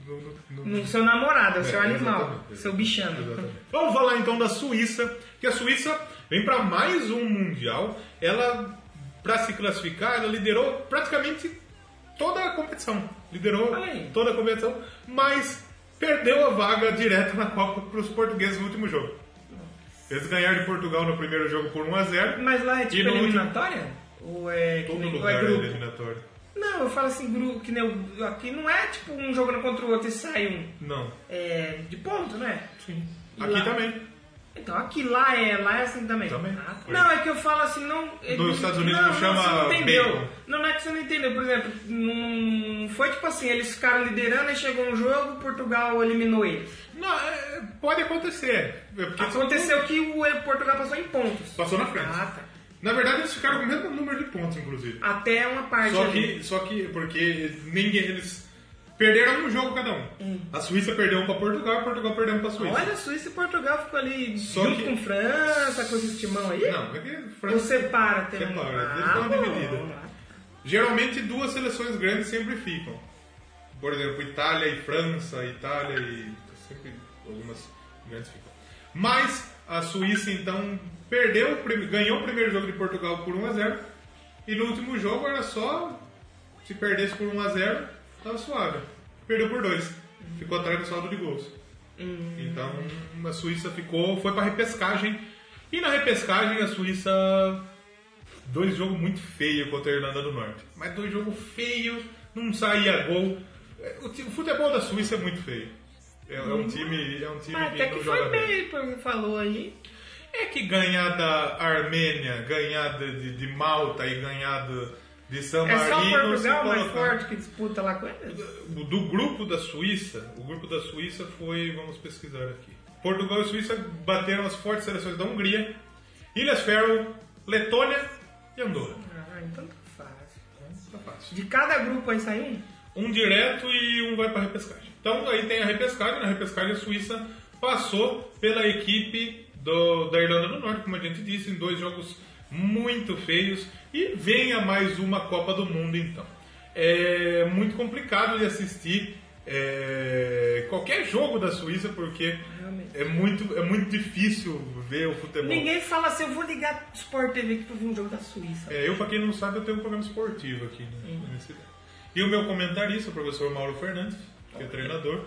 Speaker 2: no- no- no-
Speaker 1: No seu namorado, é o seu
Speaker 2: É,
Speaker 1: animal,
Speaker 2: exatamente.
Speaker 1: seu bichano.
Speaker 2: Exatamente. Vamos falar então da Suíça, que a Suíça vem para mais um mundial. Ela, para se classificar, ela liderou praticamente toda a competição. Liderou
Speaker 1: Olha aí.
Speaker 2: toda a competição, mas perdeu a vaga direto na Copa para os portugueses no último jogo. Eles ganharam de Portugal no primeiro jogo por 1 a 0.
Speaker 1: Mas lá é
Speaker 2: E
Speaker 1: tipo
Speaker 2: no último-
Speaker 1: eliminatória? Ou é. que
Speaker 2: Todo
Speaker 1: nem- ou
Speaker 2: lugar
Speaker 1: é
Speaker 2: é
Speaker 1: grupo?
Speaker 2: eliminatório.
Speaker 1: Não, eu falo assim, grupo, que nem o- aqui não é tipo um jogando contra o outro e sai um
Speaker 2: Não.
Speaker 1: é, de ponto, né?
Speaker 2: Sim.
Speaker 1: E
Speaker 2: Aqui
Speaker 1: lá?
Speaker 2: também.
Speaker 1: Então aqui lá é, lá é assim também.
Speaker 2: Também.
Speaker 1: Ah, tá. não, é que eu falo assim, não. é-
Speaker 2: Nos Estados Unidos não chama
Speaker 1: você não entendeu.
Speaker 2: bacon.
Speaker 1: Não, não é que você não entendeu. Por exemplo, não foi tipo assim, eles ficaram liderando e chegou um jogo, Portugal eliminou eles.
Speaker 2: Não, é- pode acontecer. É porque
Speaker 1: Aconteceu que o eh, Portugal passou em pontos.
Speaker 2: Passou na frente.
Speaker 1: Ah, tá.
Speaker 2: Na verdade, eles ficaram com o mesmo número de pontos, inclusive.
Speaker 1: Até uma parte
Speaker 2: Só
Speaker 1: ali.
Speaker 2: que, só que, porque ninguém, eles perderam um jogo cada um. A Suíça perdeu um pra Portugal e Portugal perdeu um pra Suíça.
Speaker 1: É. Olha, Suíça e Portugal ficou ali
Speaker 2: Só
Speaker 1: junto
Speaker 2: que-
Speaker 1: com França, com esse timão aí.
Speaker 2: Não, é que
Speaker 1: Ou
Speaker 2: França...
Speaker 1: separa, tem um-
Speaker 2: Separa, eles
Speaker 1: Ah,
Speaker 2: dão uma
Speaker 1: bom.
Speaker 2: dividida. Geralmente duas seleções grandes sempre ficam. Por exemplo, Itália e França, Itália e. Sempre algumas grandes ficam. Mas a Suíça então perdeu, o prim- ganhou o primeiro jogo de Portugal por 1x0. E no último jogo era só. Se perdesse por 1x0, tava suave. Perdeu por 2. Ficou atrás do saldo de gols.
Speaker 1: Hum.
Speaker 2: Então a Suíça ficou. Foi pra repescagem. E na repescagem a Suíça Dois jogos muito feios contra a Irlanda do Norte. Mas dois jogos feios, não saía gol. É, O, ti- o futebol da Suíça é muito feio. É, é um time, é um time
Speaker 1: Hum. Mas
Speaker 2: que
Speaker 1: até
Speaker 2: não
Speaker 1: que
Speaker 2: joga
Speaker 1: foi
Speaker 2: bem.
Speaker 1: bem, pelo que falou aí.
Speaker 2: É que ganhar da Armênia, ganhar de, de- de Malta e ganhar do- de San
Speaker 1: É só o
Speaker 2: Marino se
Speaker 1: Portugal mais
Speaker 2: colocar.
Speaker 1: forte que disputa lá com eles?
Speaker 2: do grupo da Suíça, o grupo da Suíça foi, vamos pesquisar aqui. Portugal e Suíça bateram as fortes seleções da Hungria, Ilhas Ferro, Letônia e Andorra.
Speaker 1: Ah, então tá fácil.
Speaker 2: Tá fácil.
Speaker 1: De cada grupo aí sai um?
Speaker 2: Um direto e um vai para repescagem. Então aí tem a repescagem, na repescagem a Suíça passou pela equipe do- da Irlanda do Norte, como a gente disse, em dois jogos muito feios. E venha mais uma Copa do Mundo então. É muito complicado de assistir é, qualquer jogo da Suíça porque
Speaker 1: Realmente.
Speaker 2: é muito, é muito difícil ver o futebol.
Speaker 1: Ninguém fala assim, eu vou ligar o Sport TV aqui pra ver um jogo da Suíça.
Speaker 2: É, eu, pra quem não sabe, eu tenho um programa esportivo aqui né, na na cidade. E o meu comentarista, o professor Mauro Fernandes, que é treinador,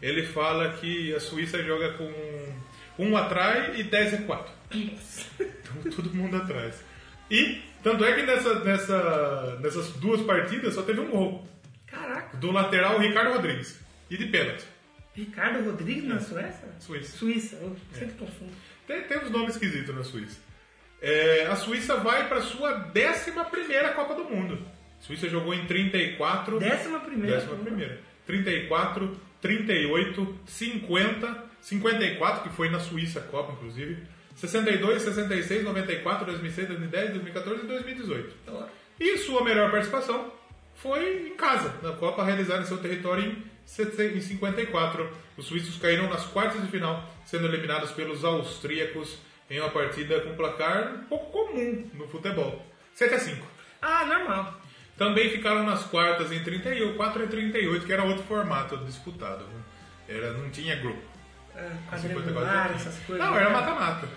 Speaker 2: ele fala que a Suíça joga com um atrás e 10 é 4. Então <laughs> todo mundo atrás. E tanto é que nessa, nessa- nessas duas partidas só teve um gol.
Speaker 1: <laughs> Caraca,
Speaker 2: Do lateral Ricardo Rodrigues. E de pênalti.
Speaker 1: Ricardo Rodrigues na Suécia?
Speaker 2: Suíça. É.
Speaker 1: Suíça, eu sempre confundo.
Speaker 2: Tem, tem uns nomes esquisitos na Suíça. É, a Suíça vai para sua 11 primeira Copa do Mundo. A Suíça jogou em 34.
Speaker 1: Décima primeira.
Speaker 2: Décima primeira. 34, 38, 50, 54, que foi na Suíça a Copa, inclusive. 62, 66, 94, 2006, 2010, 2014 e 2018.
Speaker 1: Tá
Speaker 2: E sua melhor participação foi em casa, na Copa realizada em seu território em 70 em 54. Os suíços caíram nas quartas de final, sendo eliminados pelos austríacos em uma partida com placar um pouco comum no futebol. 7 a 5.
Speaker 1: Ah, normal.
Speaker 2: Também ficaram nas quartas em 34 e 38, que era outro formato disputado. né? Era, não tinha grupo.
Speaker 1: É,
Speaker 2: 54
Speaker 1: quadrangular,
Speaker 2: não tinha.
Speaker 1: essas coisas. né? Ah.
Speaker 2: Não, era mata-mata.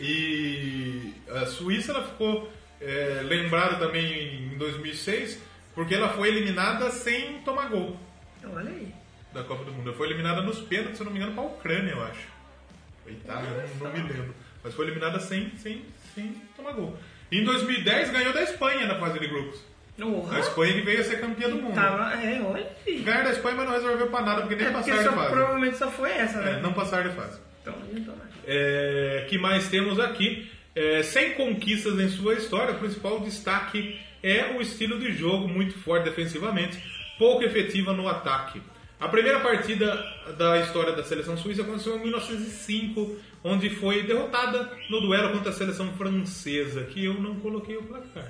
Speaker 2: E a Suíça ela ficou é, lembrada também em 2006, porque ela foi eliminada sem tomar gol
Speaker 1: Então, Olha aí.
Speaker 2: da Copa do Mundo. Ela foi eliminada nos pênaltis, se eu não me engano, para a Ucrânia, eu acho. Ou Itália, eu não, não me lembro. Mas foi eliminada sem, sem, sem tomar gol. E em 2010 ganhou da Espanha na fase de grupos. A
Speaker 1: Porra.
Speaker 2: Espanha que veio a ser campeã do mundo.
Speaker 1: Tava, é, olha aí.
Speaker 2: Ganharam da Espanha, mas não resolveu pra nada, porque nem
Speaker 1: É porque
Speaker 2: passaram de
Speaker 1: só-
Speaker 2: fase.
Speaker 1: provavelmente só foi essa, né?
Speaker 2: É, não passaram de fase.
Speaker 1: Então, então, né?
Speaker 2: É, que mais temos aqui? É, sem conquistas em sua história, o principal destaque é o estilo de jogo, muito forte defensivamente, pouco efetiva no ataque. A primeira partida da história da seleção suíça aconteceu em 1905, onde foi derrotada no duelo contra a seleção francesa, que eu não coloquei o placar.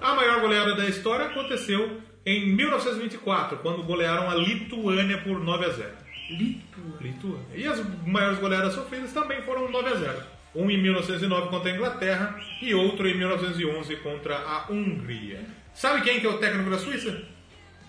Speaker 2: A maior goleada da história aconteceu em 1924, quando golearam a Lituânia por 9 a 0.
Speaker 1: Lipo.
Speaker 2: Lituânia. E as maiores goleadas sofridas também foram 9 a 0. Um em 1909 contra a Inglaterra e outro em 1911 contra a Hungria. Sabe quem que é o técnico da Suíça?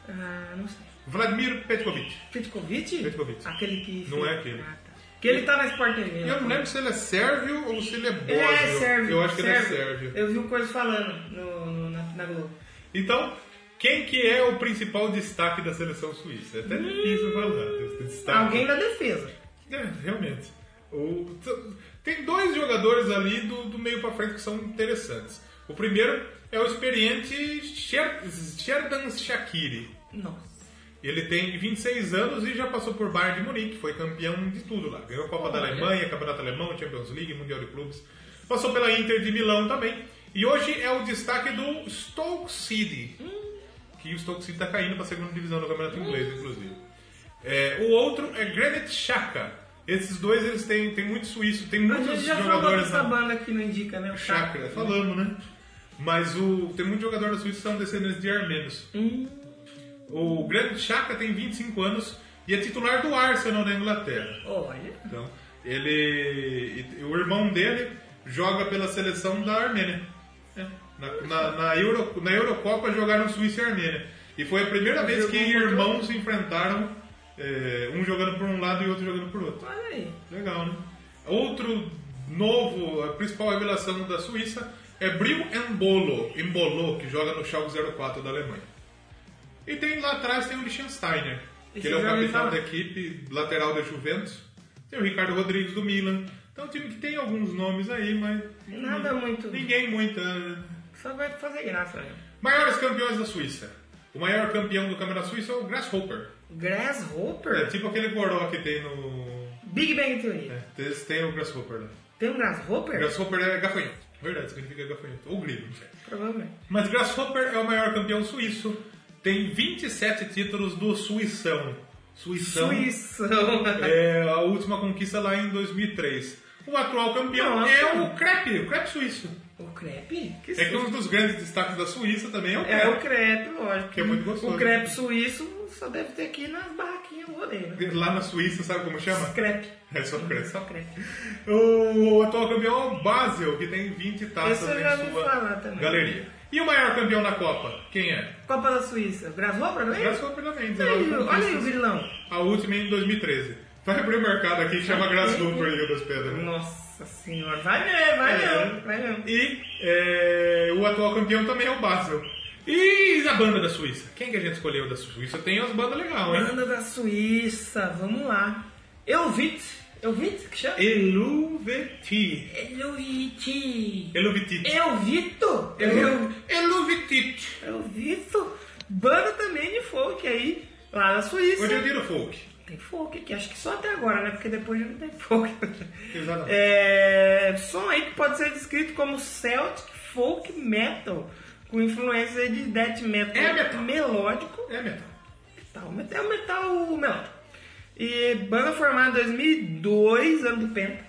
Speaker 1: Ah, não sei.
Speaker 2: Vladimir Petkovic.
Speaker 1: Petkovic?
Speaker 2: Petkovic.
Speaker 1: Aquele que.
Speaker 2: Não é aquele.
Speaker 1: Ah, tá. Que ele tá na Sport TV.
Speaker 2: Eu
Speaker 1: né?
Speaker 2: não lembro se ele é sérvio ou se ele é bósnio.
Speaker 1: Ele é sérvio.
Speaker 2: Eu acho que ele é
Speaker 1: sérvio.
Speaker 2: sérvio.
Speaker 1: Eu vi o Coisa falando no, no- na, na Globo.
Speaker 2: Então, quem que é o principal destaque da seleção suíça? É até difícil falar. Destaque.
Speaker 1: Alguém da defesa.
Speaker 2: É, realmente. O- t- tem dois jogadores ali do, do meio pra frente que são interessantes. O primeiro é o experiente Sher- Sherdan Shaqiri.
Speaker 1: Nossa.
Speaker 2: Ele tem 26 anos e já passou por Bayern de Munique, foi campeão de tudo lá. Ganhou a Copa da Alemanha, Campeonato Alemão, Champions League, Mundial de Clubes. Passou pela Inter de Milão também. E hoje é o destaque do Stoke City.
Speaker 1: Hum.
Speaker 2: Que o Stoke City está caindo para a segunda divisão do Campeonato Inglês, inclusive. É, o outro é Granit Xhaka. Esses dois eles têm, tem muito suíço, tem
Speaker 1: A
Speaker 2: muitos
Speaker 1: gente já falou
Speaker 2: jogadores
Speaker 1: dessa
Speaker 2: na,
Speaker 1: banda que não indica, né? O
Speaker 2: Chakra, falamos, né? Mas o, tem muitos jogadores da Suíça que são descendentes de armênios. O grande Chakra tem 25 anos e é titular do Arsenal da Inglaterra.
Speaker 1: Olha.
Speaker 2: Então, ele. e- O irmão dele joga pela seleção da Armênia. É. Na, na, na Euro, na Eurocopa jogaram Suíça e Armênia. E foi a primeira vez que
Speaker 1: Jogou contra-
Speaker 2: irmãos se enfrentaram, é, um jogando por um lado e outro jogando por outro.
Speaker 1: Olha aí.
Speaker 2: Legal, né? Outro novo, a principal revelação da Suíça é Bril Embolo, Embolo, que joga no Schalke 04 da Alemanha. E tem lá atrás tem o Liechtensteiner, que
Speaker 1: Esse
Speaker 2: ele é o
Speaker 1: já ouvi
Speaker 2: capitão
Speaker 1: falar.
Speaker 2: da equipe, lateral da Juventus. Tem o Ricardo Rodrigues do Milan. Então é um time que tem alguns nomes aí, mas
Speaker 1: é Nada muito.
Speaker 2: ninguém muita
Speaker 1: Só vai fazer graça, né?
Speaker 2: Maiores campeões da Suíça. O maior campeão do Campeonato Suíço é o Grasshopper. É
Speaker 1: Grasshopper?
Speaker 2: tipo aquele goró que tem no
Speaker 1: Big Bang Theory.
Speaker 2: Esse Tem o Grasshopper lá.
Speaker 1: Tem um Grasshopper?
Speaker 2: Grasshopper é gafanhoto. Verdade, significa gafanhoto. Ou grilo.
Speaker 1: Provavelmente.
Speaker 2: Mas Grasshopper é o maior campeão suíço. Tem 27 títulos do Suição. Suição.
Speaker 1: Suíça.
Speaker 2: É a última conquista lá em 2003. O atual campeão
Speaker 1: Nossa.
Speaker 2: é o crepe, o crepe suíço.
Speaker 1: <laughs> O crepe? Que
Speaker 2: É que
Speaker 1: susto.
Speaker 2: um dos grandes destaques da Suíça também é o
Speaker 1: É o
Speaker 2: crepe.
Speaker 1: crepe, lógico.
Speaker 2: Que é muito gostoso.
Speaker 1: O crepe suíço só deve ter aqui nas barraquinhas do rolê, né?
Speaker 2: Lá na Suíça, sabe como chama?
Speaker 1: Crepe.
Speaker 2: É só crepe.
Speaker 1: Só crepe.
Speaker 2: O atual campeão é o Basel, que tem 20 taças
Speaker 1: Esse eu já
Speaker 2: em
Speaker 1: ouvi
Speaker 2: sua
Speaker 1: falar também.
Speaker 2: galeria. E o maior campeão da Copa? Quem é?
Speaker 1: Copa da Suíça. Grasshopper, não é? isso?
Speaker 2: Grasshopper também,
Speaker 1: Olha
Speaker 2: 19
Speaker 1: aí, olha aí o
Speaker 2: conquistas.
Speaker 1: vilão.
Speaker 2: A última é em 2013. Vai abrir o Tá mercado aqui que chama Grasshopper Liga das Pedras.
Speaker 1: Nossa senhora. Vai mesmo, vai
Speaker 2: É.
Speaker 1: mesmo. Vai mesmo.
Speaker 2: E é, o atual campeão também é o Basel. E a banda da Suíça? Quem que a gente escolheu da Suíça? Tem umas bandas legais, hein?
Speaker 1: Banda da Suíça, vamos lá. Elvit. Elvit? Que chama?
Speaker 2: Eluveti.
Speaker 1: Elvit.
Speaker 2: Eluvetit.
Speaker 1: Elvito.
Speaker 2: Elu-
Speaker 1: Eu,
Speaker 2: Eluvetit.
Speaker 1: Elvito. Banda também de folk aí, lá da Suíça.
Speaker 2: Onde eu tiro folk.
Speaker 1: Tem folk aqui, acho que só até agora, né? Porque depois não tem folk.
Speaker 2: Exatamente.
Speaker 1: É, som aí que pode ser descrito como Celtic folk metal, com influência aí de death metal,
Speaker 2: É metal.
Speaker 1: melódico.
Speaker 2: É metal.
Speaker 1: Metal, metal, é um metal melódico. E banda formada em 2002, ano do Penta.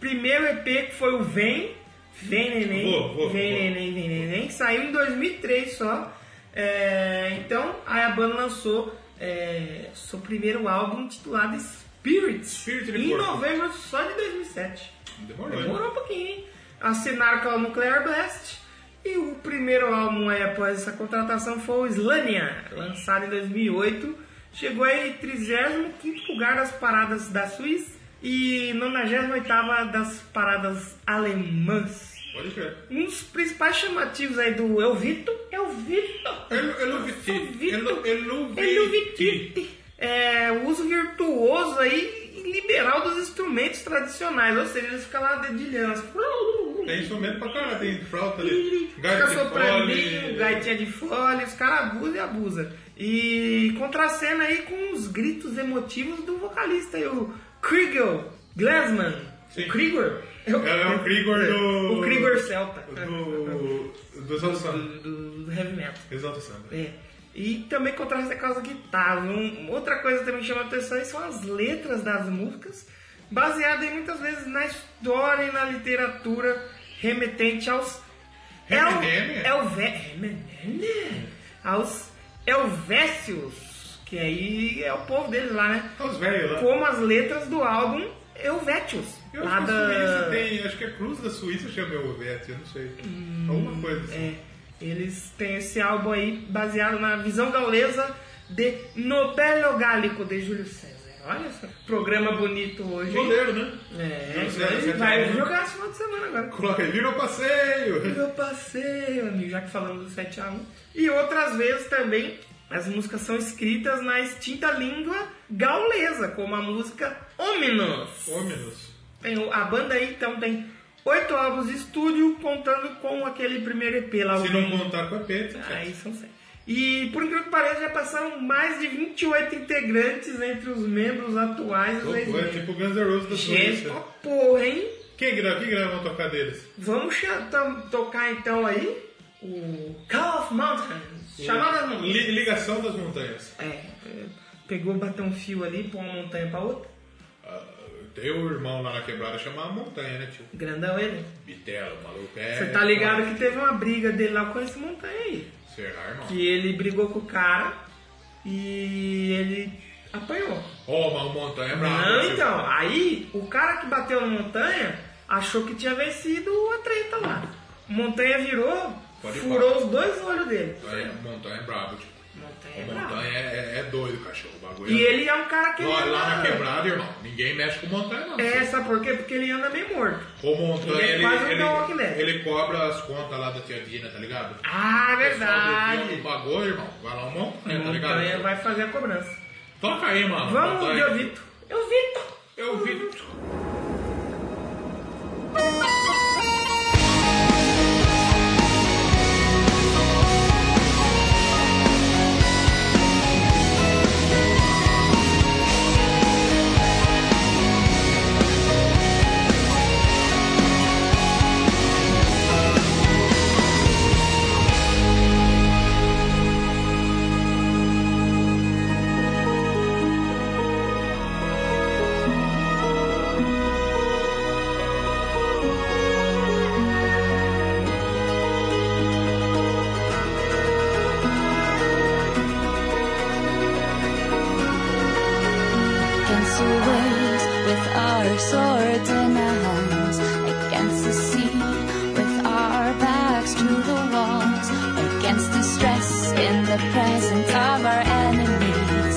Speaker 1: Primeiro EP que foi o Vem, Vem Neném,
Speaker 2: Vou, vou,
Speaker 1: Vem
Speaker 2: vou.
Speaker 1: Neném, Vem Neném, que saiu em 2003 só. É, então, aí a banda lançou é, seu primeiro álbum titulado Spirit,
Speaker 2: Spirit de
Speaker 1: em
Speaker 2: Porco.
Speaker 1: novembro só de 2007.
Speaker 2: Demorou, hein?
Speaker 1: Demorou um pouquinho, hein? Assinaram com a Nuclear Blast. E o primeiro álbum aí após essa contratação foi o Slania, lançado em 2008. Chegou em 35 lugar das paradas da Suíça e 98 das paradas alemãs.
Speaker 2: Pode crer.
Speaker 1: Um dos principais chamativos aí do Elvito, Elvito,
Speaker 2: Elu- Eluveti. Elu- Eluveti.
Speaker 1: Eluvitite, é o uso virtuoso aí e liberal dos instrumentos tradicionais, ou seja, eles ficam lá dedilhando. assim, <laughs>
Speaker 2: Tem instrumento pra caralho. Tem flauta ali.
Speaker 1: Fica
Speaker 2: Gaita de
Speaker 1: sopraninho,
Speaker 2: fole.
Speaker 1: gaitinha de fole, os caras abusam e abusam. E contracena aí com os gritos emotivos do vocalista, aí, o Kriegel Glassman.
Speaker 2: Sim.
Speaker 1: O Krieger?
Speaker 2: É o Krieger do-
Speaker 1: <laughs> O Krieger Celta.
Speaker 2: Do... Do Exalta Samba.
Speaker 1: Do, do heavy metal.
Speaker 2: Exalta Samba.
Speaker 1: É. E também contrasta com as guitarras. Um- outra coisa também que chama atenção aí são as letras das músicas, baseadas muitas vezes na história e na literatura remetente aos
Speaker 2: Remenene?
Speaker 1: Elve... Remenene? aos Helvécios, que aí é o povo deles lá, né?
Speaker 2: Tá os velhos lá.
Speaker 1: Como as letras do álbum Helvétios.
Speaker 2: Eu
Speaker 1: lá
Speaker 2: acho que
Speaker 1: da-
Speaker 2: a Suíça tem. Acho que a Cruz da Suíça chama o Vete, eu não sei.
Speaker 1: Hum,
Speaker 2: Alguma coisa assim.
Speaker 1: É, eles têm esse álbum aí baseado na visão gaulesa de Nobelo Gálico de Júlio César. Olha só, programa bonito hoje. hein?
Speaker 2: Goleiro, né?
Speaker 1: É,
Speaker 2: Júlio César,
Speaker 1: ele
Speaker 2: César,
Speaker 1: vai
Speaker 2: né?
Speaker 1: jogar esse final de semana agora.
Speaker 2: Coloca aí, vira o passeio!
Speaker 1: Eu passei, amigo, já que falamos do 7x1. E outras vezes também as músicas são escritas na extinta língua gaulesa, como a música Ominos.
Speaker 2: Homens.
Speaker 1: Tem o- a banda aí então tem oito álbuns de estúdio, contando com aquele primeiro EP lá.
Speaker 2: Se
Speaker 1: o
Speaker 2: não contar com a Peta,
Speaker 1: Aí são sete. E por incrível que pareça, já passaram mais de 28 integrantes entre os membros atuais e os
Speaker 2: é
Speaker 1: ex-membros.
Speaker 2: tipo o Guns N' Roses da
Speaker 1: Gente, ó
Speaker 2: Suíça.
Speaker 1: porra, hein?
Speaker 2: Quem grava, quem grava uma tocar deles?
Speaker 1: Vamos chantar- tocar então aí o Call of Mountains. Chamada não.
Speaker 2: Li- Ligação das Montanhas.
Speaker 1: É, é, pegou, bateu um fio ali, põe uma montanha pra outra.
Speaker 2: Ah, tem o irmão lá na quebrada chamar montanha, né, tio?
Speaker 1: Grandão ele.
Speaker 2: Bitelo, maluco é.
Speaker 1: Você tá ligado que teve uma briga dele lá com esse montanha aí.
Speaker 2: Será, irmão?
Speaker 1: Que ele brigou com o cara e ele apanhou.
Speaker 2: Ó, mas o montanha é brabo.
Speaker 1: Não,
Speaker 2: tio.
Speaker 1: então, aí o cara que bateu na montanha achou que tinha vencido a treta lá. Montanha virou,
Speaker 2: Pode ir
Speaker 1: furou os dois olhos dele.
Speaker 2: Montanha, montanha é brabo, tio.
Speaker 1: Montanha
Speaker 2: O
Speaker 1: é brabo.
Speaker 2: montanha é, é, é doido, cachorro. O bagulho
Speaker 1: E
Speaker 2: é-
Speaker 1: ele é um cara que.
Speaker 2: Lá,
Speaker 1: ele
Speaker 2: lá na
Speaker 1: anda-
Speaker 2: quebrada, irmão, ninguém mexe com montanha, não.
Speaker 1: É, sabe por quê? Porque ele anda meio morto.
Speaker 2: O montanha,
Speaker 1: Ele é
Speaker 2: ele,
Speaker 1: quase um The Walking
Speaker 2: ele,
Speaker 1: Dead.
Speaker 2: ele cobra as contas lá da tia Dina, tá ligado?
Speaker 1: Ah,
Speaker 2: O pessoal devia um
Speaker 1: verdade.
Speaker 2: bagulho, irmão. Vai lá o montanha, tá ligado?
Speaker 1: Montanha vai fazer a cobrança.
Speaker 2: Toca aí, mano.
Speaker 1: Vamos de
Speaker 2: montanha.
Speaker 1: Ovito. Eu Vito!
Speaker 2: Eu vi.
Speaker 5: Descendo o
Speaker 3: sword in our hands against the sea, with our backs to the walls, against the stress in the presence of our enemies,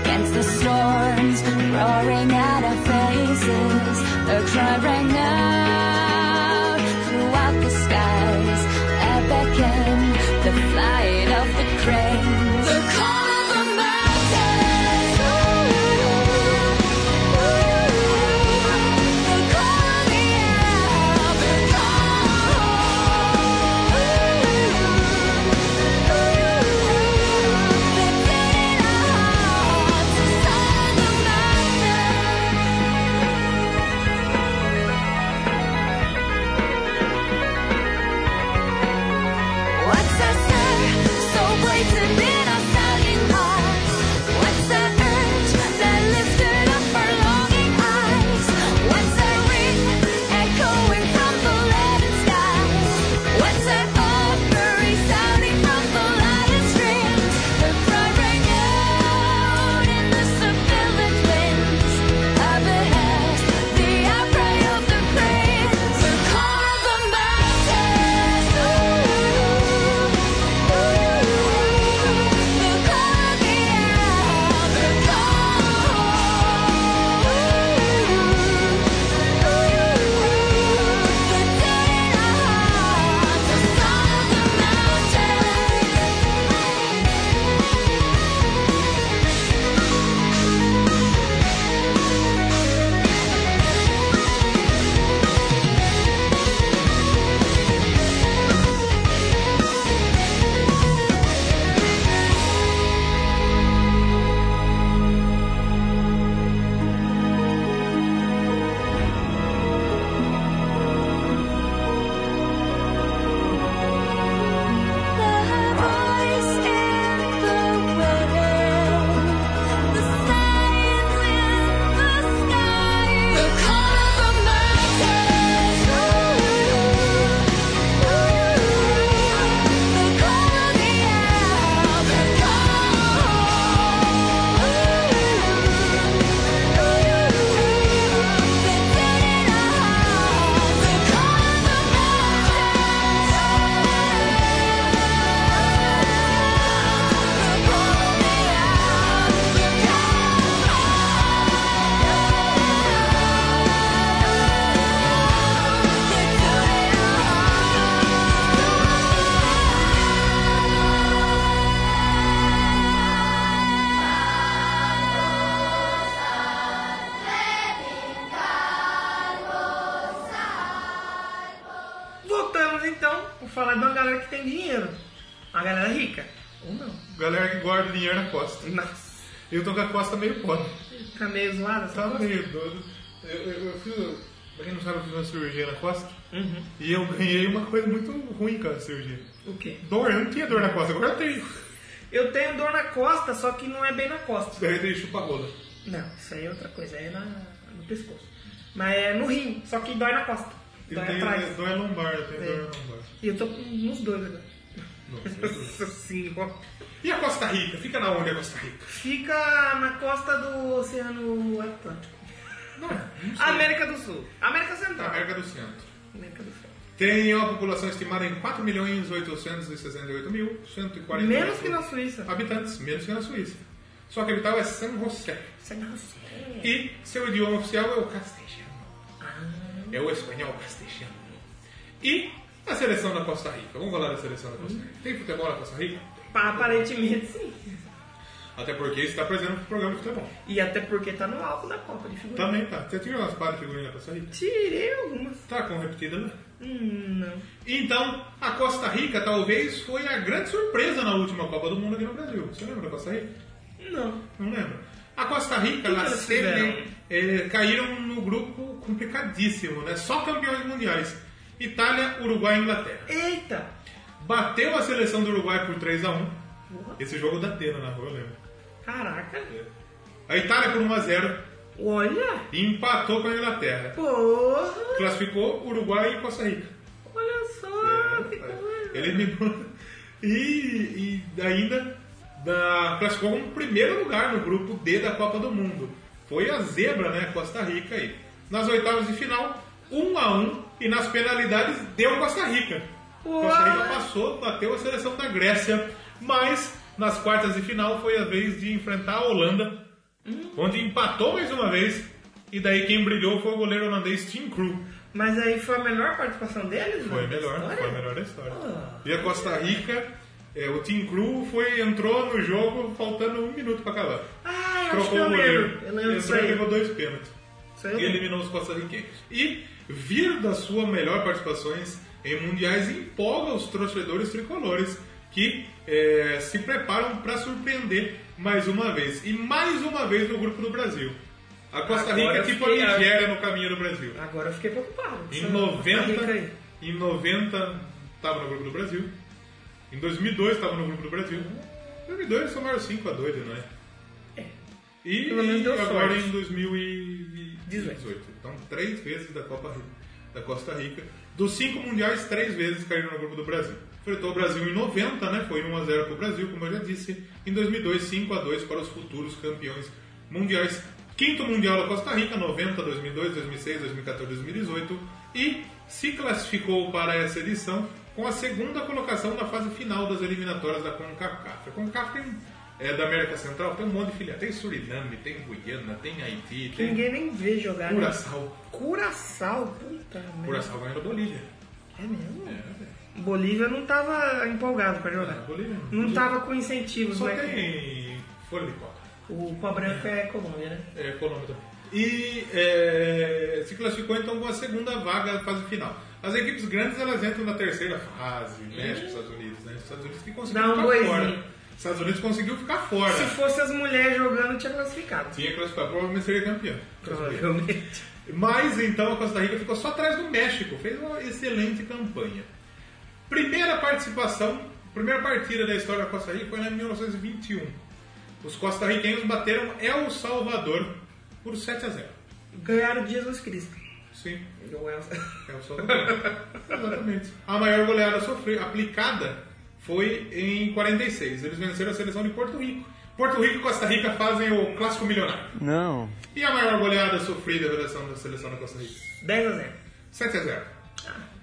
Speaker 3: against the storms roaring at our faces, the cry rang out throughout the skies, a beacon, the flight of the crane. The call of the mountain. The call the air, the call, What's our sun? So blatant in our selling hearts. What's our urge that lifted up our longing eyes? What's our ring echoing from the leaden skies? What's our offer resounding from the loudest strings? The cry rang out in the surveillance winds. A behest, the outcry of the prince, the call of the mountains. The call of the air, the call. The dead in our hearts, the song of the mountains. The voice in the wind, the signs in the sky, the call of the mountains, the call of the air, the call, the dead in our hearts, the call of the mountains.
Speaker 1: Voltamos então por falar de uma galera que tem dinheiro. Uma galera rica. Ou não.
Speaker 2: Galera que guarda dinheiro na costa.
Speaker 1: Nossa,
Speaker 2: Eu tô com a costa meio pobre.
Speaker 1: tá meio zoada essa
Speaker 2: Tá
Speaker 1: coisa.
Speaker 2: meio doido. Eu, eu, eu fiz. Pra quem não sabe, eu fiz uma cirurgia na costa.
Speaker 1: Uhum.
Speaker 2: E eu ganhei uma coisa muito ruim com a cirurgia.
Speaker 1: O quê?
Speaker 2: Dor, eu não tinha dor na costa, agora eu tenho.
Speaker 1: Eu tenho dor na costa, só que não é bem na costa.
Speaker 2: Daí eu dei chupa rola.
Speaker 1: Não, isso aí é outra coisa, é na, no pescoço. Mas é no rim, só que dói na costa.
Speaker 2: Eu
Speaker 1: Dói
Speaker 2: tenho
Speaker 1: atrás.
Speaker 2: dor lombar, eu tenho
Speaker 1: É.
Speaker 2: dor lombar.
Speaker 1: E eu tô com nos dois agora.
Speaker 2: Nossa.
Speaker 1: <laughs> Nossa senhora.
Speaker 2: E a Costa Rica? Fica na onde a Costa Rica?
Speaker 1: Fica na costa do Oceano Atlântico.
Speaker 2: Não, não sei.
Speaker 1: América do Sul. América
Speaker 2: Na
Speaker 1: Central.
Speaker 2: América do Centro.
Speaker 1: América do Sul.
Speaker 2: Tem uma população estimada em 4.868.140
Speaker 1: Menos que na Suíça.
Speaker 2: habitantes, menos que na Suíça. Sua capital é San José.
Speaker 1: Isso é na Rússia.
Speaker 2: E seu idioma oficial é o castelhano.
Speaker 1: Ah.
Speaker 2: É o espanhol castelhano. E a seleção da Costa Rica. Vamos falar da seleção da Costa Rica. Tem futebol na Costa Rica?
Speaker 1: Pa- Aparentemente sim.
Speaker 2: Até porque está presente no programa de futebol.
Speaker 1: E até porque tá no alto da Copa de Figueiredo.
Speaker 2: Também tá. Você tirou umas quatro figurinhas da Costa Rica?
Speaker 1: Tirei algumas.
Speaker 2: Tá com repetida lá.
Speaker 1: Hum, não.
Speaker 2: Então, a Costa Rica talvez foi a grande surpresa na última Copa do Mundo aqui no Brasil. Você lembra da Costa Rica?
Speaker 1: Não.
Speaker 2: Não lembro. A Costa Rica,
Speaker 1: que
Speaker 2: ela
Speaker 1: eles
Speaker 2: sempre
Speaker 1: fizeram?
Speaker 2: eh, caíram no grupo complicadíssimo, né? Só campeões mundiais. Itália, Uruguai e Inglaterra.
Speaker 1: Eita!
Speaker 2: Bateu a seleção do Uruguai por 3x1.
Speaker 1: Porra.
Speaker 2: Esse jogo da Atena na rua, eu lembro.
Speaker 1: Caraca!
Speaker 2: A Itália por 1x0
Speaker 1: Olha!
Speaker 2: e empatou com a Inglaterra.
Speaker 1: Porra!
Speaker 2: Classificou Uruguai e Costa Rica.
Speaker 1: Olha só! que coisa!
Speaker 2: É, Ele lembrou. E, e ainda da, classificou como primeiro lugar no grupo D da Copa do Mundo. Foi a zebra, né? Costa Rica aí. Nas oitavas de final, 1 a 1 e nas penalidades deu Costa Rica.
Speaker 1: Uai.
Speaker 2: Costa Rica passou, bateu a seleção da Grécia, mas nas quartas de final foi a vez de enfrentar a Holanda, onde empatou mais uma vez. E daí quem brilhou foi o goleiro holandês Tim Krul.
Speaker 1: Mas aí foi a melhor participação deles?
Speaker 2: Foi
Speaker 1: né,
Speaker 2: a
Speaker 1: da
Speaker 2: melhor,
Speaker 1: história?
Speaker 2: foi a melhor da história.
Speaker 1: Ah.
Speaker 2: E a Costa Rica, é, o Tim Krul foi, entrou no jogo faltando um minuto pra acabar.
Speaker 1: Ah, eu acho que
Speaker 2: Trocou
Speaker 1: eu
Speaker 2: o
Speaker 1: lembro.
Speaker 2: goleiro.
Speaker 1: Eu lembro disso
Speaker 2: Entrou e
Speaker 1: aí.
Speaker 2: pegou dois pênaltis.
Speaker 1: Isso aí eu
Speaker 2: E
Speaker 1: lembro.
Speaker 2: eliminou os costarriquenhos. E vir da sua melhor participações em mundiais empolga os torcedores tricolores que é, se preparam para surpreender mais uma vez. E mais uma vez no grupo do Brasil. A Costa
Speaker 1: Agora
Speaker 2: Rica é
Speaker 1: eu
Speaker 2: tipo a
Speaker 1: fiquei-
Speaker 2: Nigéria no caminho do Brasil.
Speaker 1: Agora eu fiquei preocupado. com
Speaker 2: Em
Speaker 1: essa- essa
Speaker 2: 90,
Speaker 1: dica aí.
Speaker 2: em 90 tava no grupo do Brasil. Em 2002 tava no grupo do Brasil.
Speaker 1: Ah.
Speaker 2: Em 2002 eles somaram 5 a 2, não é? E
Speaker 1: Pelo menos deu
Speaker 2: agora
Speaker 1: sorte.
Speaker 2: em 2018. Então, três vezes da Copa Rica- da Costa Rica. Dos cinco mundiais, três vezes caíram no grupo do Brasil. Enfrentou o Brasil em 90, né? Foi 1 a 0 para o Brasil, como eu já disse. Em 2002, 5 a 2 para os futuros campeões mundiais. Quinto mundial da Costa Rica, 90, 2002, 2006, 2014, 2018. E se classificou para essa edição com a segunda colocação na fase final das eliminatórias da CONCACAF. A CONCACAF tem é, da América Central tem um monte de filiais. Tem Suriname, tem Guiana, tem Haiti,
Speaker 1: Que
Speaker 2: tem
Speaker 1: Ninguém nem vê jogar. né?
Speaker 2: Curaçao.
Speaker 1: Curaçao, puta merda.
Speaker 2: Curaçao ganhou da Bolívia.
Speaker 1: É mesmo?
Speaker 2: É, velho.
Speaker 1: Bolívia não tava empolgado pra
Speaker 2: É,
Speaker 1: jogar.
Speaker 2: Bolívia.
Speaker 1: Não tava com incentivos,
Speaker 2: Só
Speaker 1: né?
Speaker 2: tem folha de coca.
Speaker 1: O pó branco é Colômbia, né?
Speaker 2: É, Colômbia também. E é, se classificou então com a segunda vaga da fase final. As equipes grandes elas entram na terceira fase, México, Estados Unidos, né? Os Estados Unidos que conseguiu
Speaker 1: Dá um
Speaker 2: ficar
Speaker 1: boizinho.
Speaker 2: fora. Os Estados Unidos conseguiu ficar fora.
Speaker 1: Se fosse as mulheres jogando, tinha classificado.
Speaker 2: Tinha classificado, provavelmente seria campeão.
Speaker 1: Provavelmente.
Speaker 2: Mas então a Costa Rica ficou só atrás do México, fez uma excelente campanha. Primeira participação, primeira partida da história da Costa Rica foi lá em 1921. Os costarriquenhos bateram El Salvador por 7 a 0.
Speaker 1: Ganharam Jesus Cristo.
Speaker 2: Sim,
Speaker 1: Eu era-
Speaker 2: El Salvador. Exatamente. A maior goleada sofrida, aplicada foi em 46. Eles venceram a seleção de Porto Rico. Porto Rico e Costa Rica fazem o clássico milionário.
Speaker 6: Não.
Speaker 2: E a maior goleada sofrida pela seleção- da seleção da Costa Rica?
Speaker 1: 10 a 0.
Speaker 2: 7 a 0.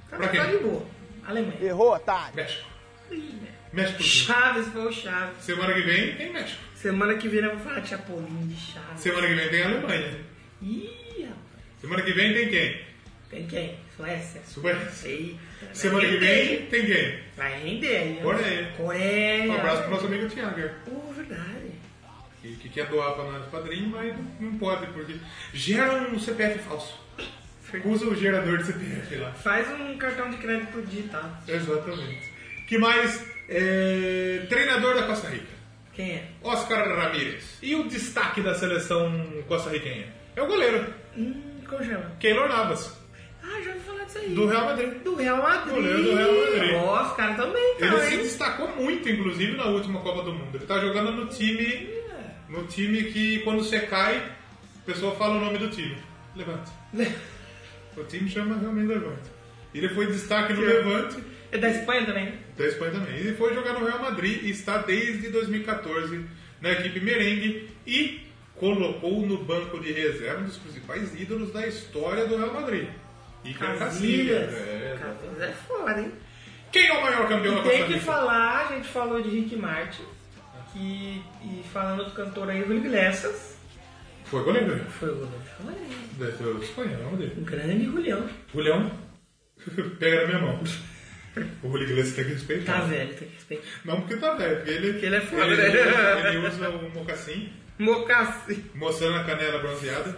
Speaker 1: Tá,
Speaker 2: Pra quem?
Speaker 1: tá de boa. Alemanha.
Speaker 6: Errou, otário.
Speaker 2: México.
Speaker 1: Ih, né?
Speaker 2: México. sim.
Speaker 1: Chaves foi o Chaves.
Speaker 2: Semana que vem tem México.
Speaker 1: Semana que vem eu vou falar Chapolin de Chaves.
Speaker 2: Semana que vem tem Alemanha.
Speaker 1: Ih, rapaz.
Speaker 2: Semana que vem tem quem?
Speaker 1: Tem quem? Suécia.
Speaker 2: Suécia.
Speaker 1: Eita. vai
Speaker 2: Semana que
Speaker 1: render.
Speaker 2: vem tem quem?
Speaker 1: Vai render. hein?
Speaker 2: Coreia.
Speaker 1: Coreia.
Speaker 2: Um abraço pro nosso amigo Tiago,
Speaker 1: Pô, verdade.
Speaker 2: que, que quer doar pra nós padrinho, mas não pode, porque gera um CPF falso. Usa o gerador de CPF lá.
Speaker 1: Faz um cartão de crédito digital.
Speaker 2: Exatamente. Que mais? É, Treinador da Costa Rica.
Speaker 1: Quem é?
Speaker 2: Oscar Ramírez. E o destaque da seleção costarriquenha? É o goleiro,
Speaker 1: Hum, como chama?
Speaker 2: Keylor Navas,
Speaker 1: Ah, já ouvi falar disso aí.
Speaker 2: do Real Madrid.
Speaker 1: Do Real Madrid.
Speaker 2: Goleiro do Real Madrid.
Speaker 1: Ó, os caras também,
Speaker 2: Ele
Speaker 1: cara.
Speaker 2: se
Speaker 1: hein?
Speaker 2: destacou muito, inclusive, na última Copa do Mundo. Ele tá jogando no time. No time que quando você cai, o pessoal fala o nome do time.
Speaker 1: <laughs>
Speaker 2: Levante. O time chama realmente Levante. Ele foi destaque no
Speaker 1: Que-
Speaker 2: Levante,
Speaker 1: É da Espanha também. né?
Speaker 2: da Espanha também. Ele foi jogar no Real Madrid e está desde 2014 na equipe merengue e colocou no banco de reserva um dos principais ídolos da história do Real Madrid. E
Speaker 1: Casillas.
Speaker 2: Casillas. É,
Speaker 1: Casillas é foda, hein?
Speaker 2: Quem é o maior campeão da
Speaker 1: E
Speaker 2: Costa
Speaker 1: tem que
Speaker 2: Rica?
Speaker 1: falar, a gente falou de Rick Martin. Que, e falando do cantor aí, Julio Iglesias.
Speaker 2: Foi goleiro. né?
Speaker 1: Foi o goleiro do Real Madrid.
Speaker 2: Deve ser é o espanhol, não dele.
Speaker 1: Um grande Julião.
Speaker 2: Julião, <laughs> pega na minha mão. <laughs> O Julio Iglesias tem que respeitar.
Speaker 1: Tá velho, tem que respeitar.
Speaker 2: Não porque tá velho, porque ele,
Speaker 1: Porque ele é foda,
Speaker 2: ele,
Speaker 1: né?
Speaker 2: ele usa um mocassim,
Speaker 1: Mocassi.
Speaker 2: mostrando a canela bronzeada.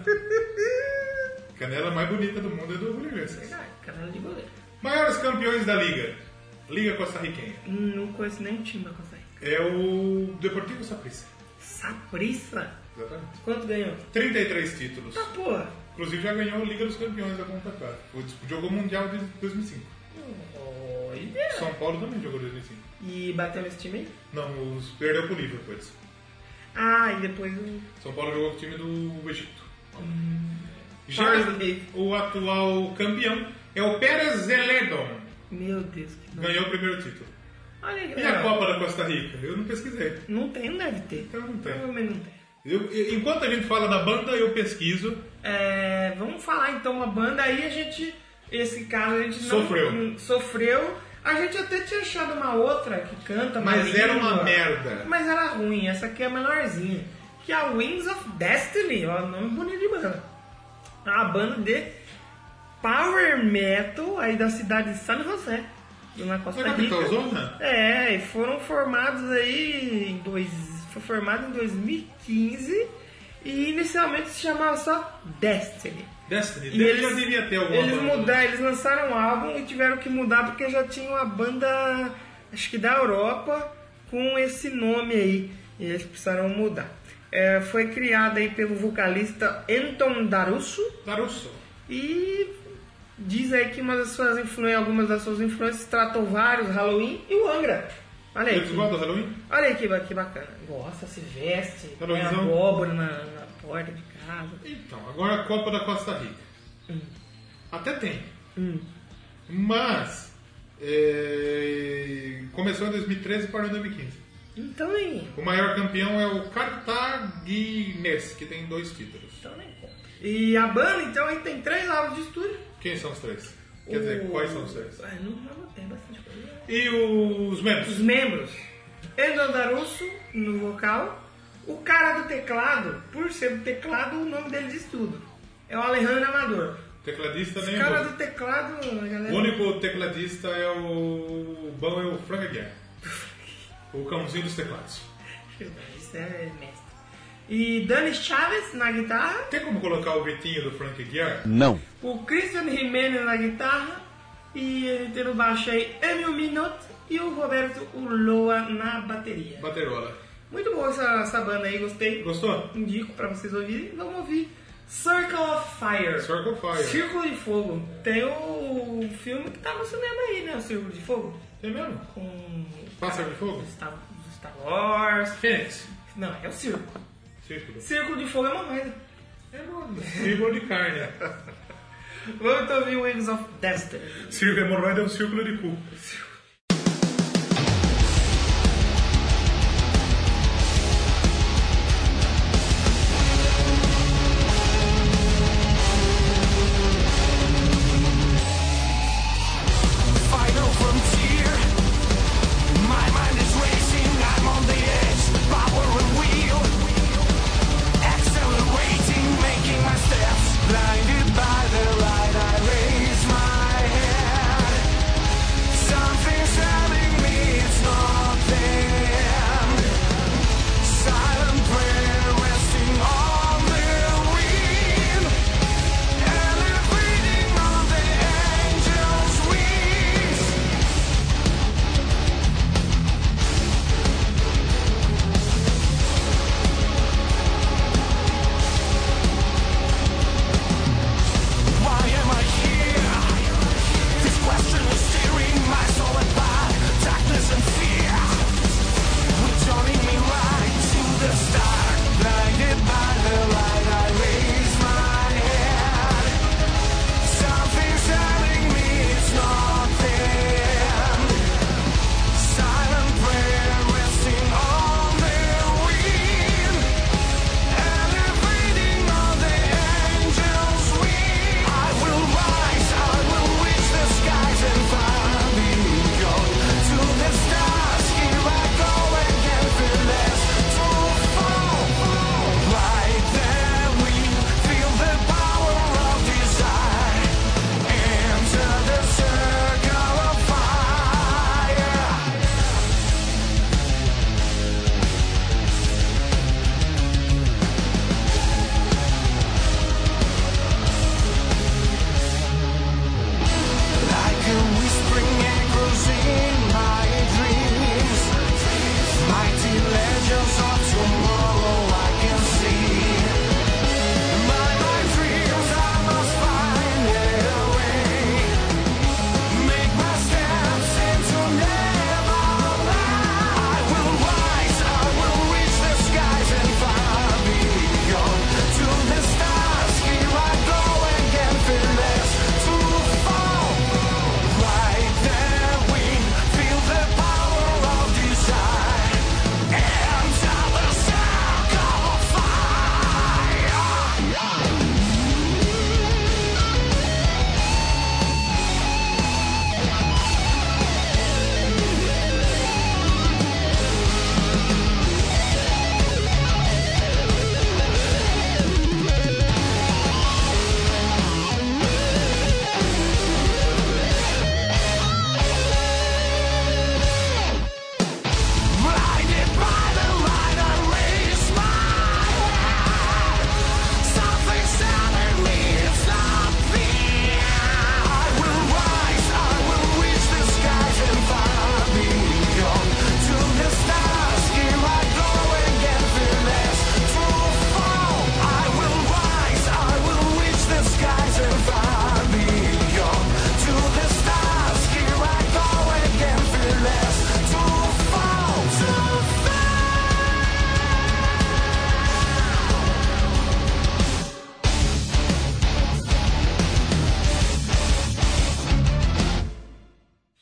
Speaker 1: <laughs>
Speaker 2: Canela mais bonita do mundo é do Julio Iglesias.
Speaker 1: Verdade, canal de goleiro.
Speaker 2: Maiores campeões da Liga. Liga Costarriquenha.
Speaker 1: Hum, Não conheço nem o time da Costa Rica.
Speaker 2: É o Deportivo Saprissa.
Speaker 1: Saprissa.
Speaker 2: Exatamente.
Speaker 1: Quanto ganhou?
Speaker 2: 33 títulos.
Speaker 1: Tá porra.
Speaker 2: Inclusive já ganhou a Liga dos Campeões da CONCACAF. Jogou o Mundial de 2005.
Speaker 1: Olha.
Speaker 2: São Paulo também jogou 2005.
Speaker 1: E bateu nesse time aí?
Speaker 2: Não, os perdeu pro Liverpool. eles.
Speaker 1: Ah, e depois o.
Speaker 2: São Paulo jogou com o time do Egito.
Speaker 1: Hum.
Speaker 2: Já
Speaker 1: Charlie.
Speaker 2: o atual campeão é o Pérez Zeledon.
Speaker 1: Meu Deus, que nome.
Speaker 2: Ganhou o primeiro título.
Speaker 1: Olha que
Speaker 2: E a
Speaker 1: legal.
Speaker 2: Copa da Costa Rica? Eu não pesquisei.
Speaker 1: Não tem, não deve ter.
Speaker 2: Então não tem.
Speaker 1: Provavelmente não tem.
Speaker 2: Eu- eu- enquanto a gente fala da banda, eu pesquiso.
Speaker 1: É, vamos falar então uma banda aí, a gente. Esse caso a gente não
Speaker 2: Sofreu.
Speaker 1: não- sofreu. A gente até tinha achado uma outra que canta, uma
Speaker 2: Mas era uma
Speaker 1: língua,
Speaker 2: merda.
Speaker 1: Mas era ruim, essa aqui é a menorzinha. Que é a Wings of Destiny, ó, nome bonito de banda. É uma banda de power metal aí da cidade de San José, na Costa
Speaker 2: Foi na
Speaker 1: Rica.
Speaker 2: Capital Zona?
Speaker 1: É, e foram formados aí em dois. Foi formado em 2015 e inicialmente se chamava só Destiny.
Speaker 2: Destiny.
Speaker 1: E
Speaker 2: Destiny já devia ter alguma
Speaker 1: eles
Speaker 2: banda.
Speaker 1: mudaram, eles lançaram um álbum e tiveram que mudar porque já tinha uma banda, acho que da Europa, com esse nome aí. E eles precisaram mudar. É, foi criada aí pelo vocalista Anton Darusso,
Speaker 2: Darusso.
Speaker 1: e diz aí que uma das suas influências, algumas das suas influências tratam vários, Halloween e o Angra. Olha aí.
Speaker 2: Eles gostam do Halloween?
Speaker 1: Olha aí que, ba- que bacana. Gosta, se veste, põe
Speaker 2: Halloweenzão.
Speaker 1: abóbora na, na porta de casa.
Speaker 2: Então, agora a Copa da Costa Rica. Até tem. Mas é, começou em 2013 e parou em 2015.
Speaker 1: Então nem.
Speaker 2: O maior campeão é o Cartaginês, que tem dois títulos.
Speaker 1: Então nem conta. E a banda, então, aí tem três aulas de estúdio.
Speaker 2: Quem são os três? Quer dizer,
Speaker 1: O-
Speaker 2: quais são os três?
Speaker 1: Ah, não, não, tem bastante coisa.
Speaker 2: E os membros?
Speaker 1: Os membros. Andrew Darusso no vocal. O cara do teclado, por ser do teclado, o nome dele diz tudo. É o Alejandro Amador.
Speaker 2: Tecladista
Speaker 1: O
Speaker 2: nem
Speaker 1: cara
Speaker 2: o...
Speaker 1: do teclado, a galera.
Speaker 2: o único tecladista é o... o bom é o Frank Aguiar. O cãozinho dos teclados.
Speaker 1: Isso é mestre. E Dani Chaves na guitarra,
Speaker 2: Tem como colocar o Vitinho do Frank Aguiar?
Speaker 6: Não.
Speaker 1: o Christian Jimenez na guitarra, e ele tem no baixo aí Emil Minot e o Roberto Uloa na bateria.
Speaker 2: Baterola.
Speaker 1: Muito boa essa, essa banda aí, gostei.
Speaker 2: Gostou?
Speaker 1: Indico pra vocês ouvirem. Vamos ouvir Circle of Fire.
Speaker 2: Circle Fire.
Speaker 1: Círculo de Fogo. Tem o filme que tá no cinema aí, né? O Círculo de Fogo.
Speaker 2: Tem mesmo?
Speaker 1: Com
Speaker 2: Pássaro de fogo?
Speaker 1: Star, Star Wars.
Speaker 2: Fênix.
Speaker 1: Não, é o circo.
Speaker 2: Círculo.
Speaker 1: Círculo de Fogo é uma coisa.
Speaker 2: É mole. Círculo de carne.
Speaker 1: Vamos então ouvir Wings of Destiny.
Speaker 2: Círculo hemorroida é um círculo de cu.
Speaker 7: Final frontier. My mind is racing. I'm on the edge. Power and wheel. Accelerating, making my steps. Blinded by the light, I raise my head. Something.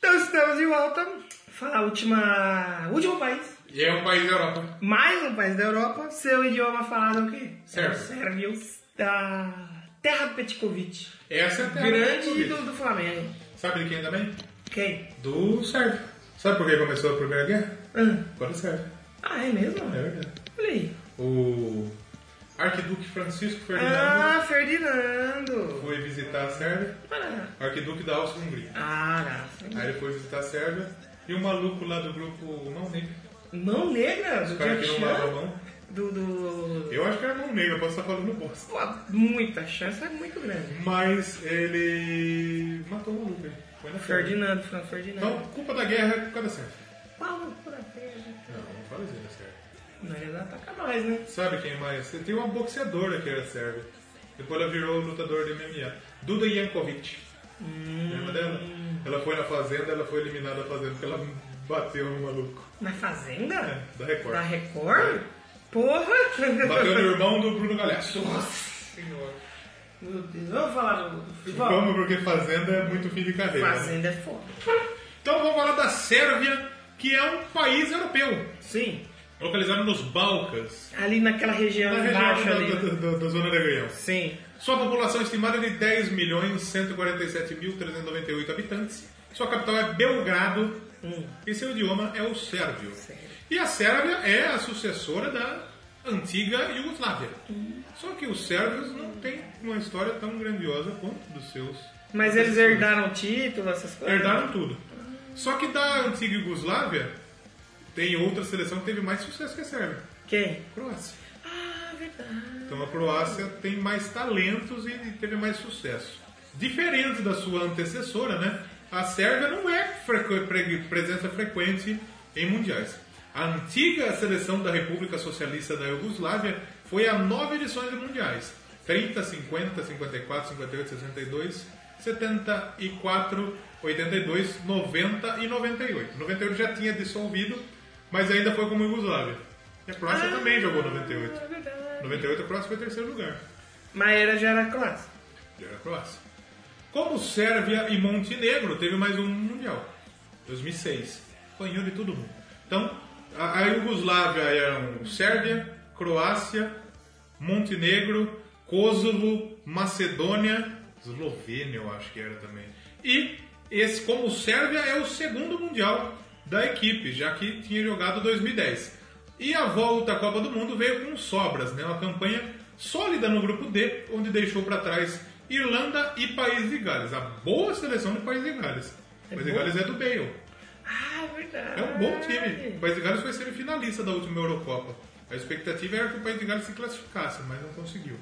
Speaker 1: Então volta falar a última. Último país.
Speaker 2: E é um país da Europa.
Speaker 1: Mais um país da Europa. Seu idioma falado é o quê?
Speaker 2: Sérvio.
Speaker 1: É o Sérvio. Da Terra Petkovic.
Speaker 2: Essa é a terra
Speaker 1: Grande
Speaker 2: do
Speaker 1: do, do Flamengo.
Speaker 2: Sabe de quem é também?
Speaker 1: Quem?
Speaker 2: Do Sérvio. Sabe por que começou a Primeira Guerra?
Speaker 1: Ah,
Speaker 2: Pelo Sérvio.
Speaker 1: Ah, é mesmo?
Speaker 2: É verdade.
Speaker 1: Olha aí.
Speaker 2: O Arquiduque Francisco Ferdinando
Speaker 1: Ah, Ferdinando.
Speaker 2: foi visitar a Sérvia.
Speaker 1: Ah,
Speaker 2: Arquiduque da Áustria-Hungria.
Speaker 1: ah,
Speaker 2: Aí ele foi visitar a Sérvia. E o maluco lá do grupo Mão Negra.
Speaker 1: Mão negra do
Speaker 2: Os caras que
Speaker 1: Jack
Speaker 2: não
Speaker 1: Chan,
Speaker 2: lavam a mão.
Speaker 1: Do. do...
Speaker 2: Eu acho que era Mão Negra, eu posso estar falando bosta.
Speaker 1: Pô, muita chance é muito grande.
Speaker 2: Mas ele matou o maluco. ele Foi na Sérvia.
Speaker 1: Ferdinando, Fran Ferdinando.
Speaker 2: Então, culpa da guerra é por causa da Sérvia.
Speaker 1: Paulo pra frente.
Speaker 2: Não, não fala isso é da Sérvia.
Speaker 1: Não ia atacar nós, né?
Speaker 2: Sabe quem é mais? Você tem um uma boxeadora que era Sérvia. é Depois ela virou lutador de MMA. Duda Jankovic.
Speaker 1: Hum.
Speaker 2: Lembra dela? Ela foi na fazenda, ela foi eliminada da fazenda porque ela bateu no maluco.
Speaker 1: Na Fazenda?
Speaker 2: É, da Record.
Speaker 1: Da Record? Porra! <laughs>
Speaker 2: Bateu no irmão do Bruno Galhaço.
Speaker 1: Meu Deus, vamos falar do, do futebol?
Speaker 2: Vamos, porque fazenda é muito fim de carreira. né?
Speaker 1: Fazenda é foda.
Speaker 2: Então vamos falar da Sérvia, que é um país europeu,
Speaker 1: Sim.
Speaker 2: localizado nos Balcãs,
Speaker 1: Ali naquela região
Speaker 2: na
Speaker 1: de
Speaker 2: região
Speaker 1: baixo
Speaker 2: da,
Speaker 1: ali. né?
Speaker 2: da- da- da zona da Gaião.
Speaker 1: Sim.
Speaker 2: Sua população estimada é de 10.147.398 habitantes. Sua capital é Belgrado e seu idioma é o sérvio.
Speaker 1: Sérvio.
Speaker 2: E a Sérvia é a sucessora da antiga Iugoslávia. Só que os sérvios não têm uma história tão grandiosa quanto dos seus.
Speaker 1: Mas eles herdaram o título, essas coisas?
Speaker 2: Herdaram tudo. Só que da antiga Iugoslávia tem outra seleção que teve mais sucesso que a Sérvia,
Speaker 1: Quem?
Speaker 2: a Croácia.
Speaker 1: Ah, verdade.
Speaker 2: Então a Croácia tem mais talentos e teve mais sucesso. Diferente da sua antecessora, né? A Sérvia não é frequ- pre- presença frequente em mundiais. A antiga seleção da República Socialista da Iugoslávia foi a nove edições de mundiais: 30, 50, 54, 58, 62, 74, 82, 90 e 98. 98 já tinha dissolvido, mas ainda foi como Iugoslávia. E a Croácia também jogou 98.
Speaker 1: Ah, verdade.
Speaker 2: 98 a Croácia foi terceiro lugar.
Speaker 1: Mas era já era classe.
Speaker 2: Já era a Croácia. Como Sérvia e Montenegro teve mais um Mundial. 2006. Apanhou de todo mundo. Então, a, a Iugoslávia eram Sérvia, Croácia, Montenegro, Kosovo, Macedônia, Eslovênia eu acho que era também. E esse, como Sérvia é o segundo Mundial da equipe, já que tinha jogado 2010. E a volta à Copa do Mundo veio com sobras, né? Uma campanha sólida no grupo D, onde deixou para trás Irlanda e País de Gales. A boa seleção do País de Gales. O País de Gales é do Bale.
Speaker 1: Ah, verdade.
Speaker 2: É um bom time. O País de Gales foi semifinalista da última Eurocopa. A expectativa era que o País de Gales se classificasse, mas não conseguiu.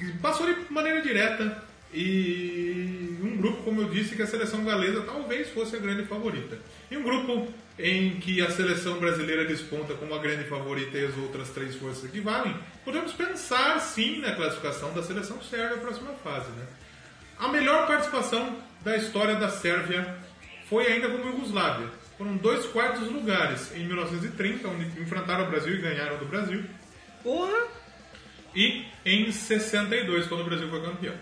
Speaker 2: E Passou de maneira direta e um grupo, como eu disse, que a seleção galesa talvez fosse a grande favorita. E um grupo em que a seleção brasileira desponta como a grande favorita e as outras três forças que valem, podemos pensar sim na classificação da seleção sérvia à próxima fase, né? A melhor participação da história da Sérvia foi ainda como Iugoslávia. Foram dois quartos lugares em 1930, onde enfrentaram o Brasil e ganharam do Brasil,
Speaker 1: Porra.
Speaker 2: e em 62, quando o Brasil foi campeão.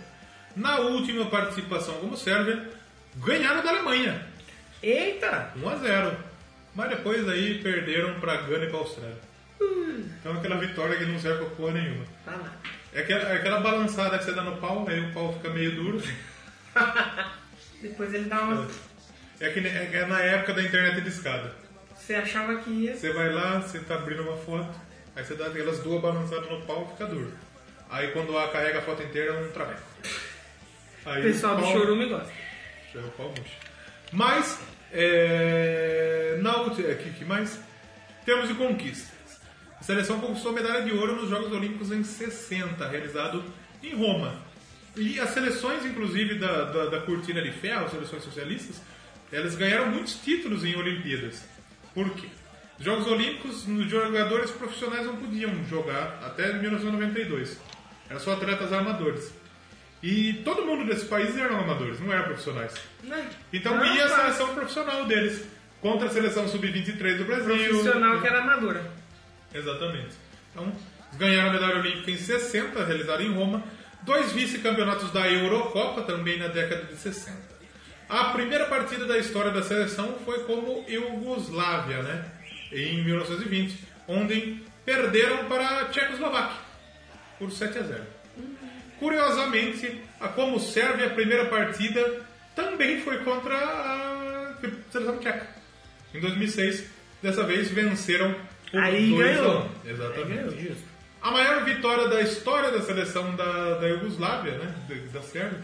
Speaker 2: Na última participação como Sérvia, ganharam da Alemanha,
Speaker 1: Eita.
Speaker 2: 1 a 0. Mas depois aí perderam para Gana e para Austrália. Então aquela vitória que não serve pra porra nenhuma.
Speaker 1: Tá lá.
Speaker 2: É aquela, é aquela balançada que você dá no pau, aí o pau fica meio duro.
Speaker 1: Depois ele dá um- uma...
Speaker 2: É que ne- é na época da internet de escada.
Speaker 1: Você achava que ia...
Speaker 2: Você vai lá, você tá abrindo uma foto, aí você dá aquelas duas balançadas no pau fica duro. Aí quando a carrega a foto inteira é um traveco. Aí
Speaker 1: O pessoal do
Speaker 2: pau-
Speaker 1: Chorume gosta.
Speaker 2: o pau murcha. Mas, é, na última. é, Que, que mais? Temos de conquistas. A seleção conquistou medalha de ouro nos Jogos Olímpicos em 60, realizado em Roma. E as seleções, inclusive, da, da, da cortina de ferro, as seleções socialistas, elas ganharam muitos títulos em Olimpíadas. Por quê? Os Jogos Olímpicos, os jogadores profissionais não podiam jogar até 1992. Eram só atletas amadores. E todo mundo desses países eram amadores, não eram profissionais.
Speaker 1: Né?
Speaker 2: Então
Speaker 1: Não,
Speaker 2: ia a
Speaker 1: tá.
Speaker 2: seleção profissional deles contra a seleção sub-23 do Brasil.
Speaker 1: Profissional que é era amadora.
Speaker 2: Exatamente. Então, ganharam a medalha olímpica em 60, realizada em Roma. Dois vice-campeonatos da Eurocopa, também na década de 60. A primeira partida da história da seleção foi como Iugoslávia, né? Em 1920, onde perderam para a Tchecoslováquia por 7 a 0. Curiosamente, a como serve a primeira partida também foi contra a seleção tcheca. Em 2006, dessa vez venceram por
Speaker 1: Aí
Speaker 2: 2 a
Speaker 1: ganhou.
Speaker 2: 1. Exatamente. A maior vitória da história da seleção da, da Iugoslávia, né? Da, da Sérvia,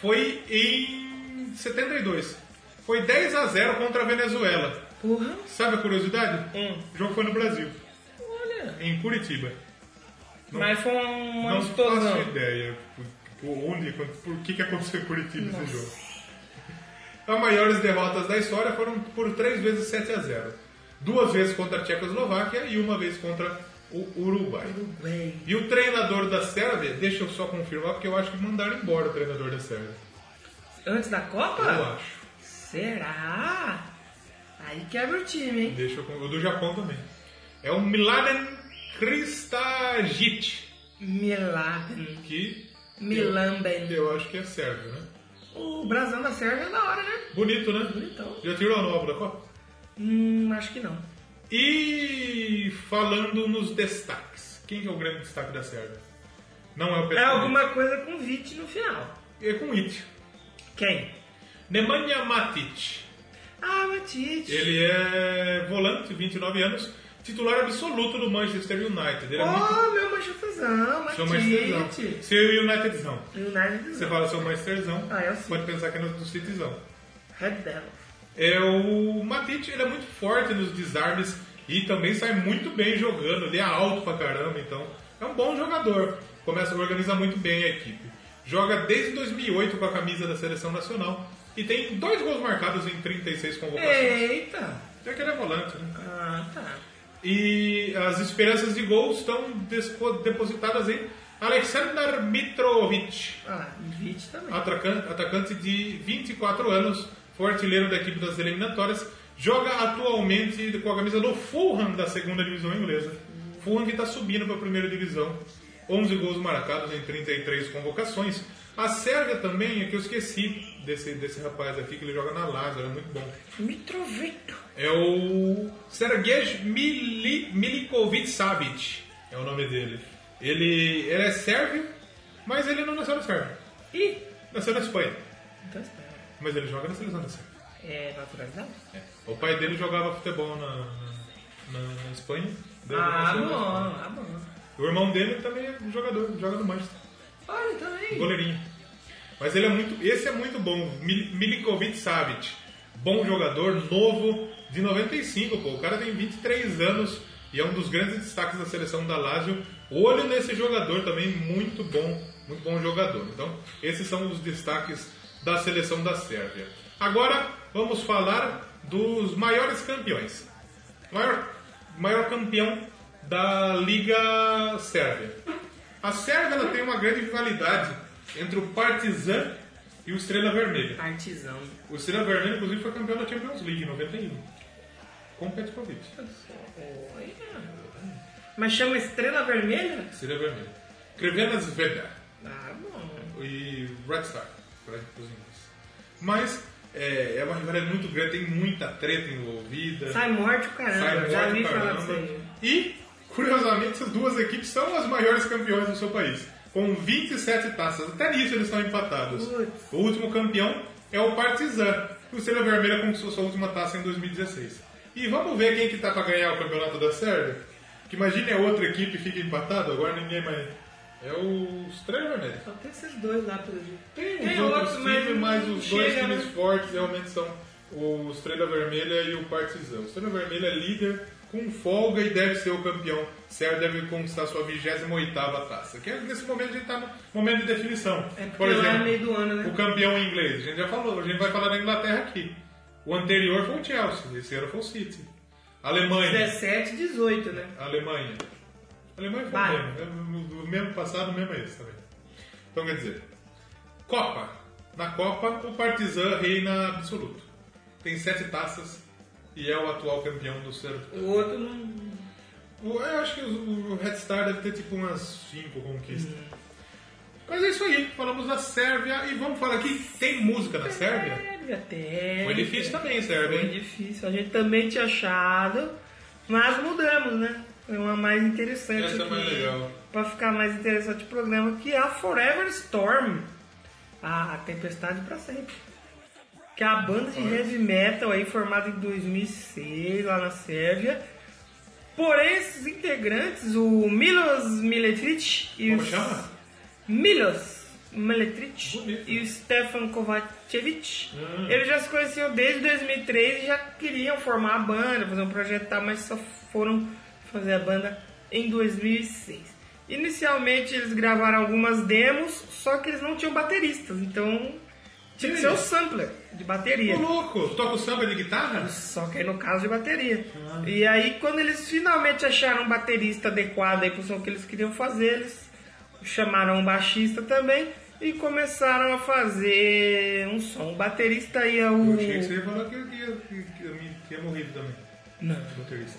Speaker 2: foi em 72. Foi 10 a 0 contra a Venezuela.
Speaker 1: Porra.
Speaker 2: Sabe a curiosidade?
Speaker 1: Hum.
Speaker 2: O jogo foi no Brasil,
Speaker 1: Olha.
Speaker 2: em Curitiba.
Speaker 1: Mas foi um
Speaker 2: não faço
Speaker 1: amistoso.
Speaker 2: ideia o- o- onde, quando- por que, que aconteceu em Curitiba esse jogo. As maiores derrotas da história foram por 3 vezes 7 a 0. Duas vezes contra a Tchecoslováquia e uma vez contra o Uruguai.
Speaker 1: Bem.
Speaker 2: E o treinador da Sérvia, deixa eu só confirmar, porque eu acho que mandaram embora o treinador da Sérvia.
Speaker 1: Antes da Copa?
Speaker 2: Eu acho.
Speaker 1: Será? Aí quebra o time, hein?
Speaker 2: Deixa eu, con- o do Japão também. É o Miladen Kristajic,
Speaker 1: Milá.
Speaker 2: que
Speaker 1: Milambem.
Speaker 2: eu acho que é sérvio, né?
Speaker 1: O brasão da Sérvia é da hora, né?
Speaker 2: Bonito, né?
Speaker 1: Bonitão.
Speaker 2: Já tirou a nova da Copa?
Speaker 1: Hum, acho que não.
Speaker 2: E falando nos destaques, quem que é o grande destaque da Sérvia? Não é o
Speaker 1: É
Speaker 2: Petrovic.
Speaker 1: alguma coisa com VIT no final.
Speaker 2: É com It.
Speaker 1: Quem?
Speaker 2: Nemanja Matic.
Speaker 1: Ah, Matite.
Speaker 2: Ele é volante, 29 anos, titular absoluto do Manchester United. Ele é muito...
Speaker 1: Oh, meu machucazão,
Speaker 2: Seu Manchesterzão.
Speaker 1: Matite.
Speaker 2: Seu Unitedzão. Você
Speaker 1: United
Speaker 2: fala seu Manchesterzão,
Speaker 1: Ah, eu sei.
Speaker 2: pode pensar que é do Cityzão.
Speaker 1: Red Devil.
Speaker 2: É, o Matic ele é muito forte nos desarmes e também sai muito bem jogando. Ele é alto pra caramba, então é um bom jogador. Começa a organizar muito bem a equipe. Joga desde 2008 com a camisa da seleção nacional e tem dois gols marcados em 36 convocações.
Speaker 1: Eita.
Speaker 2: É que ele é volante, né?
Speaker 1: Ah, tá.
Speaker 2: E as esperanças de gol estão despo- depositadas em Aleksandar Mitrovic,
Speaker 1: Ah, VIT também.
Speaker 2: Atracan- atacante de 24 anos, foi artilheiro da equipe das eliminatórias, joga atualmente com a camisa do Fulham da segunda divisão inglesa. Fulham que está subindo para a primeira divisão. 11 gols marcados em 33 convocações. A Sérvia também, é que eu esqueci desse, desse rapaz aqui que ele joga na Lazio, é muito bom.
Speaker 1: Mitrovic.
Speaker 2: É o Sergej Mili, Milikovic Savic, é o nome dele. Ele, ele é sérvio, mas ele não nasceu na Sérvia.
Speaker 1: Ih,
Speaker 2: Nasceu na Espanha.
Speaker 1: então espera.
Speaker 2: Mas ele joga na seleção da Sérvia.
Speaker 1: É naturalizado?
Speaker 2: O pai dele jogava futebol na, na, na Espanha. daí ele
Speaker 1: Ah,
Speaker 2: nasceu na Espanha.
Speaker 1: bom, ah, bom.
Speaker 2: O irmão dele também é jogador, joga no Manchester.
Speaker 1: Olha tá também.
Speaker 2: Goleirinho. Mas ele é muito. Esse é muito bom. Mil- Milikovic Savic. Bom jogador, novo, de 95, pô. O cara tem 23 anos e é um dos grandes destaques da seleção da Lazio. Olho nesse jogador também, muito bom, muito bom jogador. Então, esses são os destaques da seleção da Sérvia. Agora vamos falar dos maiores campeões. Maior, maior campeão da Liga Sérvia. A Sérvia ela tem uma grande rivalidade entre o Partizan e o Estrela Vermelha.
Speaker 1: Artesão.
Speaker 2: O Estrela Vermelha, inclusive, foi campeão da Champions League em 91. Com Petkovic.
Speaker 1: Olha. Mas chama Estrela Vermelha?
Speaker 2: Estrela Vermelha. Crevena Zveda
Speaker 1: Ah, bom.
Speaker 2: e Red Star, para os ingleses. Mas é, é uma rivalidade muito grande, tem muita treta envolvida.
Speaker 1: Sai morte o caramba.
Speaker 2: Sai
Speaker 1: Já
Speaker 2: morte,
Speaker 1: vi falar
Speaker 2: caramba.
Speaker 1: disso aí.
Speaker 2: E, curiosamente, essas duas equipes são as maiores campeões do seu país. Com 27 taças. Até nisso eles estão empatados.
Speaker 1: Putz.
Speaker 2: O último campeão é o Partizan. O Estrela Vermelha conquistou sua última taça em 2016. E vamos ver quem que tá pra ganhar o campeonato da Sérvia? Que imagine a outra equipe fica empatado, agora ninguém mais... É o Estrela Vermelha.
Speaker 1: Só tem esses dois lá pelo jeito.
Speaker 2: Tem,
Speaker 1: Tem
Speaker 2: os outros
Speaker 1: outros, mas
Speaker 2: times, mas os
Speaker 1: chega,
Speaker 2: dois times
Speaker 1: né?
Speaker 2: fortes realmente são o Estrela Vermelha e o Partizan. O Estrela Vermelha é líder com folga e deve ser o campeão. Sérgio deve conquistar sua 28ª taça. Que é, nesse momento a gente está no momento de definição.
Speaker 1: É porque lá é meio do ano, né?
Speaker 2: o campeão inglês. A gente já falou, a gente vai falar da Inglaterra aqui. O anterior foi o Chelsea, esse ano foi o City. Alemanha.
Speaker 1: 17, 18, né?
Speaker 2: Alemanha. Alemanha foi o
Speaker 1: Vai.
Speaker 2: mesmo. É o- O mesmo passado, o mesmo é esse também. Então quer dizer, Copa. Na Copa, o Partizan reina absoluto. Tem sete taças e é o atual campeão do Sérvio.
Speaker 1: O outro não.
Speaker 2: O- Eu acho que o o Red Star deve ter tipo umas cinco conquistas. Mas é isso aí, falamos da Sérvia e vamos falar aqui. Tem música na Sérvia?
Speaker 1: Até.
Speaker 2: Foi difícil também, Sérvia,
Speaker 1: Foi
Speaker 2: hein?
Speaker 1: difícil. A gente também tinha achado, mas mudamos, né? Foi uma mais interessante.
Speaker 2: Essa é mais
Speaker 1: que-
Speaker 2: legal.
Speaker 1: Pra ficar mais interessante o programa, que é a Forever Storm. A, a Tempestade pra sempre. Que é a banda de heavy metal aí formada em 2006 lá na Sérvia. Porém, esses integrantes, o Milos Miletic e
Speaker 2: Como
Speaker 1: o
Speaker 2: chama?
Speaker 1: Milos Miletic
Speaker 2: Bonito.
Speaker 1: e o Stefan Kovacevic. Eles já se conheciam desde 2003 e já queriam formar a banda, fazer um projeto, e tal, mas só foram fazer a banda em 2006. Inicialmente eles gravaram algumas demos, só que eles não tinham bateristas, então tinha que ser o sampler de bateria.
Speaker 2: Ô, louco! Toca o samba de guitarra?
Speaker 1: Só que aí no caso de bateria.
Speaker 2: Ah.
Speaker 1: E aí quando eles finalmente acharam um baterista adequado aí pro som que eles queriam fazer, eles chamaram um baixista também e começaram a fazer um som. O baterista aí é o.
Speaker 2: Eu achei que você ia falar que, que, que, que eu me tinha morrido também.
Speaker 1: Não.
Speaker 2: Baterista.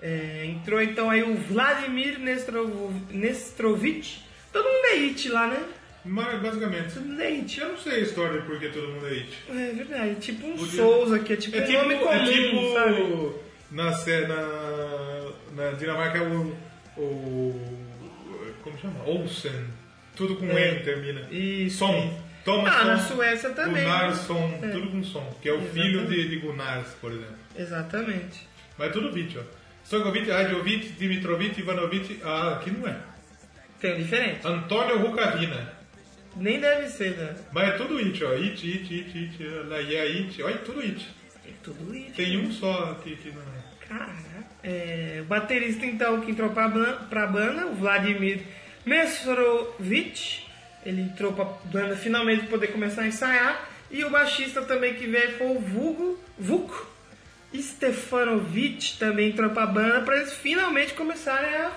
Speaker 1: É, entrou então aí o Vladimir Nestrov... Nestrovich. Todo mundo é it lá, né?
Speaker 2: Mas, basicamente,
Speaker 1: Todo mundo é it.
Speaker 2: eu não sei a história de por que todo mundo é it.
Speaker 1: É verdade, tipo um
Speaker 2: Podia-
Speaker 1: Souza que é tipo
Speaker 2: É
Speaker 1: um
Speaker 2: tipo,
Speaker 1: nome comum,
Speaker 2: é tipo
Speaker 1: sabe?
Speaker 2: Na, sé- na, na Dinamarca é o, o. Como chama? Olsen. Tudo com
Speaker 1: É.
Speaker 2: N termina.
Speaker 1: Isso,
Speaker 2: Som.
Speaker 1: isso.
Speaker 2: Thomasson.
Speaker 1: Ah, na Suécia também,
Speaker 2: Gunnarsson.
Speaker 1: né? É.
Speaker 2: Tudo com som. Que é o filho de, de Gunnars, por exemplo.
Speaker 1: Exatamente.
Speaker 2: Mas é tudo vídeo, ó. Stojkovic, Radjovic, Dimitrovic, Ivanovic. Ah, aqui não é.
Speaker 1: Tem um diferente.
Speaker 2: Antônio Rucavina.
Speaker 1: Nem deve ser, né?
Speaker 2: Mas é tudo it, ó. It, it, it, it. Lá, yeah, it. Olha, tudo it.
Speaker 1: É tudo isso.
Speaker 2: Tem um só aqui que não é.
Speaker 1: Caraca. É, o baterista, então, que entrou pra, ban pra banda, o Vladimir Mesorovic, ele entrou pra banda finalmente pra poder começar a ensaiar. E o baixista também que veio foi o Vugo, Vuko Stefanovic, também entrou pra banda pra eles finalmente começarem a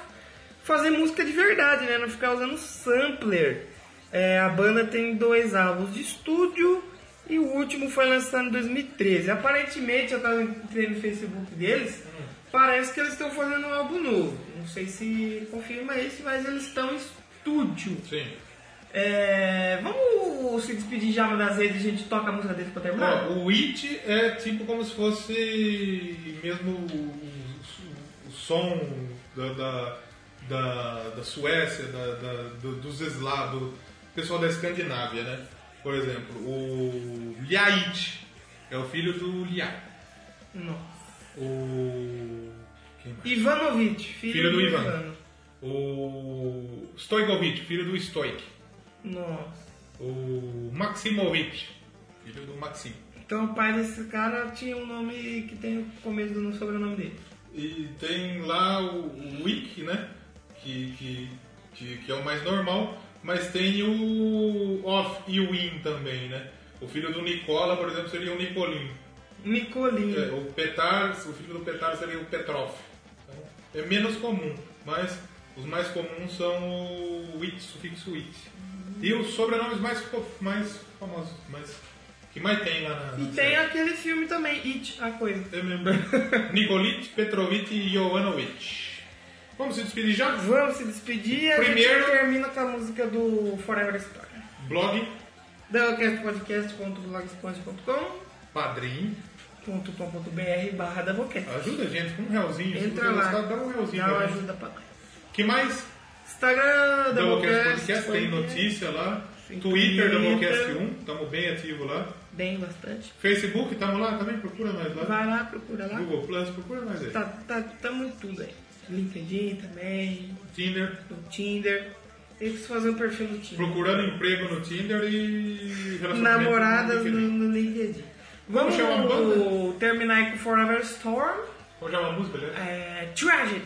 Speaker 1: fazer música de verdade, né? Não ficar usando sampler. É, a banda tem dois álbuns de estúdio e o último foi lançado em 2013. Aparentemente, eu estava entrando no Facebook deles, parece que eles estão fazendo um álbum novo. Não sei se confirma isso, mas eles estão em estúdio.
Speaker 2: Sim.
Speaker 1: É, vamos se despedir já uma das vezes e a gente toca a música deles pra terminar?
Speaker 2: Ó, o It é tipo como se fosse mesmo o, o- o som da, da, da, da Suécia, da, da- do- dos eslavos, do pessoal da Escandinávia, né? Por exemplo, o Ljait é o filho do Ljai.
Speaker 1: Não.
Speaker 2: O. Quem mais?
Speaker 1: Ivanovic, filho,
Speaker 2: Filho do
Speaker 1: do
Speaker 2: Ivan.
Speaker 1: Ivano.
Speaker 2: O Stoikovic, filho do Stoik.
Speaker 1: Nossa.
Speaker 2: O Maximovic, filho do Maxim.
Speaker 1: Então o pai desse cara tinha um nome que tem o começo do sobrenome dele.
Speaker 2: E tem lá o, o Wiki, né? Que, que, que, que é o mais normal, mas tem o Off e o In também, né? O filho do Nicola, por exemplo, seria o Nicolin.
Speaker 1: Nicolinho.
Speaker 2: É, o Petar, o filho do Petar seria o Petrov. Então, é menos comum, mas os mais comuns são o Wit, sufixo Wit. E os sobrenomes mais, fo- mais famosos, mais, que mais tem lá na.
Speaker 1: E
Speaker 2: na
Speaker 1: tem
Speaker 2: série.
Speaker 1: aquele filme também, It, a coisa.
Speaker 2: Eu lembro. <laughs> Nicolit, Petrovic e Jovanovic. Vamos se despedir já?
Speaker 1: Vamos se despedir e a
Speaker 2: Primeiro-
Speaker 1: gente termina com a música do Forever Star.
Speaker 2: Blog,
Speaker 1: doublecastpodcast.blogspot.com.br
Speaker 2: padrinho.
Speaker 1: barra doublecast.
Speaker 2: Ajuda a gente com um realzinho. se
Speaker 1: Entra
Speaker 2: você
Speaker 1: lá,
Speaker 2: gostar, Dá um realzinho.
Speaker 1: dá uma
Speaker 2: pra gente.
Speaker 1: ajuda pra nós.
Speaker 2: Que mais?
Speaker 1: Instagram,
Speaker 2: Doublecast
Speaker 1: Doublecast,
Speaker 2: Podcast, tem notícia lá.
Speaker 1: Sim,
Speaker 2: Twitter,
Speaker 1: Twitter.
Speaker 2: Doublecast 1, estamos bem ativos lá.
Speaker 1: Bem bastante.
Speaker 2: Facebook, estamos lá também, procura nós lá.
Speaker 1: Vai lá, procura lá.
Speaker 2: Google Plus, procura nós aí.
Speaker 1: Tá, tá, tamo em tudo aí. LinkedIn também,
Speaker 2: Tinder,
Speaker 1: no Tinder. Eu preciso fazer um perfil no Tinder.
Speaker 2: procurando emprego no Tinder e relacionamento.
Speaker 1: Namoradas no,
Speaker 2: LinkedIn.
Speaker 1: no LinkedIn.
Speaker 2: né?
Speaker 1: Vamos,
Speaker 2: Vamos chamar a banda?
Speaker 1: terminar aí com Forever Storm.
Speaker 2: Vamos chamar a música, né?
Speaker 1: é, Tragedy,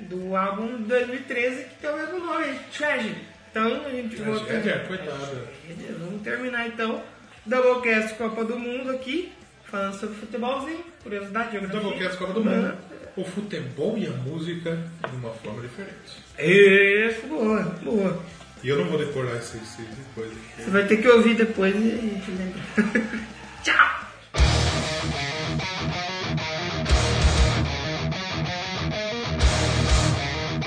Speaker 1: do álbum 2013, que tem o mesmo nome, Tragedy. Então a gente volta.
Speaker 2: Tragedy, É, coitada.
Speaker 1: Tragedy. Vamos terminar então. Doublecast Copa do Mundo aqui, falando sobre futebolzinho, curiosidade, geografia. Uhum.
Speaker 2: Doublecast Copa do Mundo. O futebol e a música de uma forma diferente.
Speaker 1: Isso, boa, boa.
Speaker 2: E eu não vou decorar essas essas coisas.
Speaker 1: Você vai ter que ouvir depois e te lembrar. <laughs> Tchau!
Speaker 8: Thank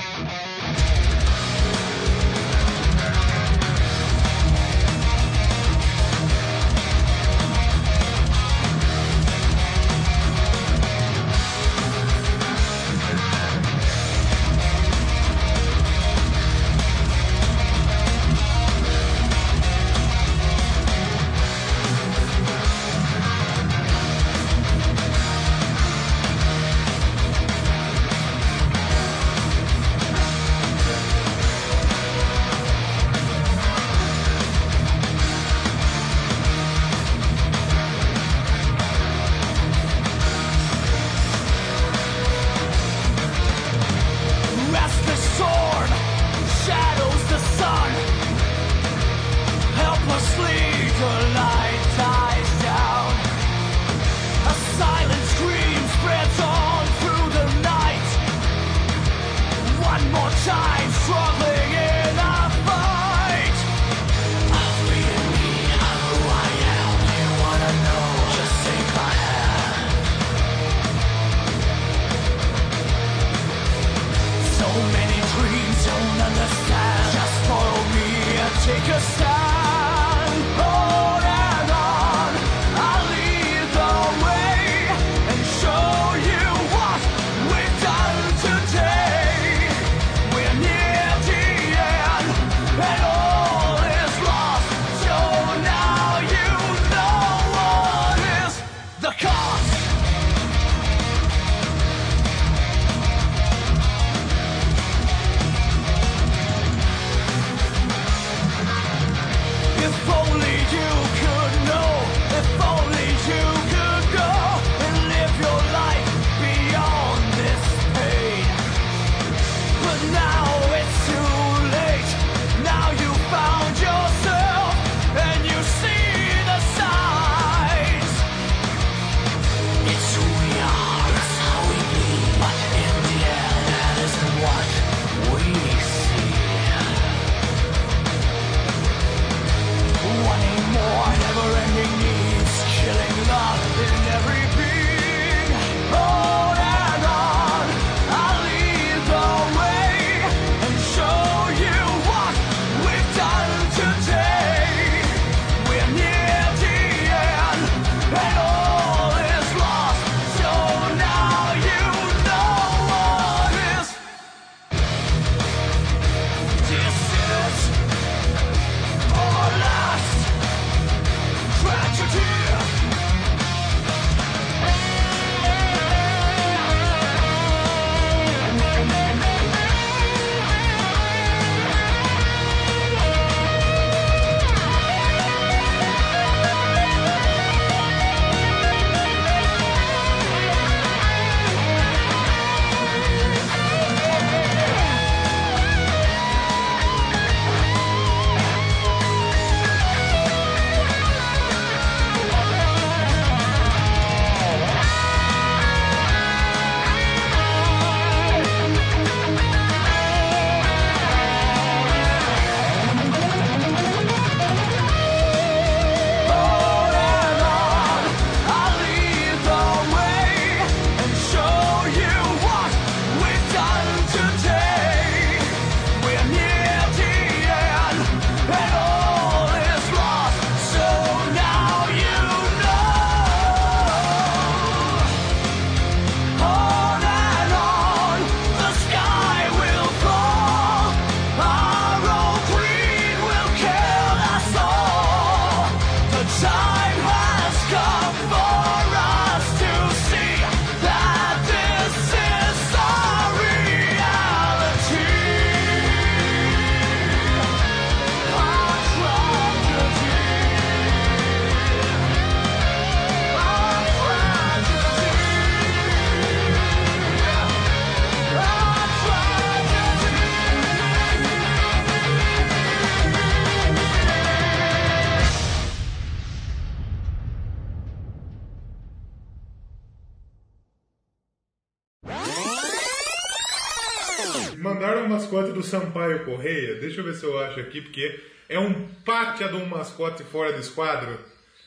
Speaker 2: mascote do Sampaio Correia? Deixa eu ver se eu acho aqui, porque é um pátia de um mascote fora do esquadro.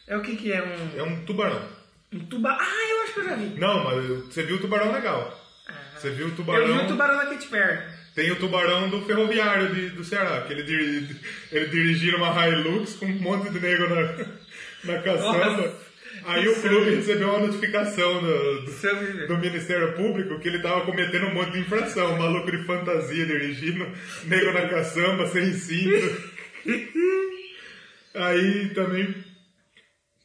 Speaker 1: É o que que é? Um,
Speaker 2: É um tubarão.
Speaker 1: um tubarão. Ah, eu acho que eu já vi.
Speaker 2: Não, mas você viu o tubarão legal. Você viu o tubarão.
Speaker 1: Ah. Eu vi o tubarão da Katy Perry.
Speaker 2: Tem o tubarão do ferroviário de- do Ceará, que ele, diri- ele dirigiram uma Hilux com um monte de nego na, na caçamba.
Speaker 1: Nossa.
Speaker 2: Aí o clube recebeu uma notificação do, do-
Speaker 1: Isso eu vi.
Speaker 2: do Ministério Público que ele tava cometendo um monte de infração. Um maluco de fantasia dirigindo, nego na caçamba,
Speaker 1: <laughs>
Speaker 2: sem cinto. Aí também.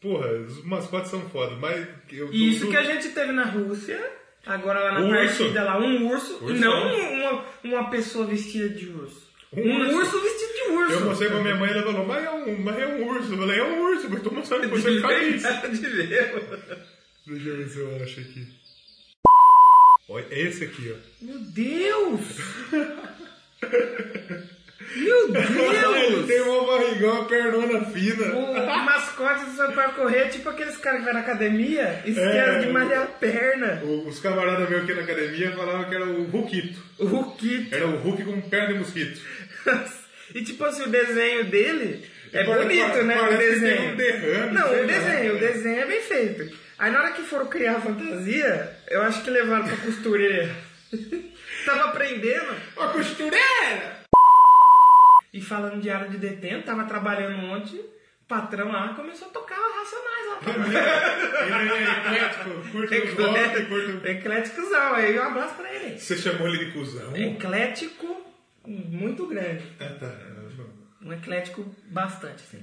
Speaker 2: Porra, os mascotes são foda, mas. eu-
Speaker 1: E isso
Speaker 2: do-
Speaker 1: que é a gente teve na Rússia, agora lá na
Speaker 2: Urso.
Speaker 1: partida lá, um urso,
Speaker 2: Urso. né?
Speaker 1: e não uma, uma pessoa vestida de urso.
Speaker 2: Um
Speaker 1: Um
Speaker 2: urso.
Speaker 1: urso, vestido de urso.
Speaker 2: Eu mostrei pra minha mãe, ela falou, mas é um, mas é um urso. Eu falei, é um urso, mas tô mostrando pra você
Speaker 1: De
Speaker 2: ficar isso.
Speaker 1: ver- de ver.
Speaker 2: Deixa eu ver se eu acho aqui. Olha, é esse aqui, ó.
Speaker 1: Meu Deus!
Speaker 2: <laughs>
Speaker 1: Meu
Speaker 2: <laughs> Ele tem
Speaker 1: Deus!
Speaker 2: uma barrigão, uma pernona fina.
Speaker 1: O mascote do Sampaio Correia é tipo aqueles caras que vai na academia e
Speaker 2: É.
Speaker 1: esquece de malhar a perna.
Speaker 2: O- os camaradas meus aqui na academia falavam que era o Hulkito.
Speaker 1: O Hulk.
Speaker 2: Era o Hulk com perna de mosquito.
Speaker 1: <laughs> E tipo assim, o desenho dele é
Speaker 2: Pare-
Speaker 1: bonito,
Speaker 2: pare-
Speaker 1: né? O
Speaker 2: parece que
Speaker 1: desenho.
Speaker 2: tem um derrame,
Speaker 1: Não,
Speaker 2: sei
Speaker 1: o
Speaker 2: lá,
Speaker 1: desenho,
Speaker 2: né?
Speaker 1: o desenho é bem feito. Aí na hora que foram criar a fantasia, eu acho que levaram pra costureira. <laughs> tava aprendendo.
Speaker 2: A costureira!
Speaker 1: E falando de área de detento, tava trabalhando ontem, o patrão lá começou a tocar racionais lá
Speaker 2: É
Speaker 1: pra mim.
Speaker 2: Ele <laughs> é eclético, curte os rock, curte... o-
Speaker 1: Ecléticozão, aí um abraço pra ele.
Speaker 2: Você chamou ele de cuzão?
Speaker 1: É. Eclético muito grande.
Speaker 2: Ah, tá.
Speaker 1: Um eclético bastante, assim.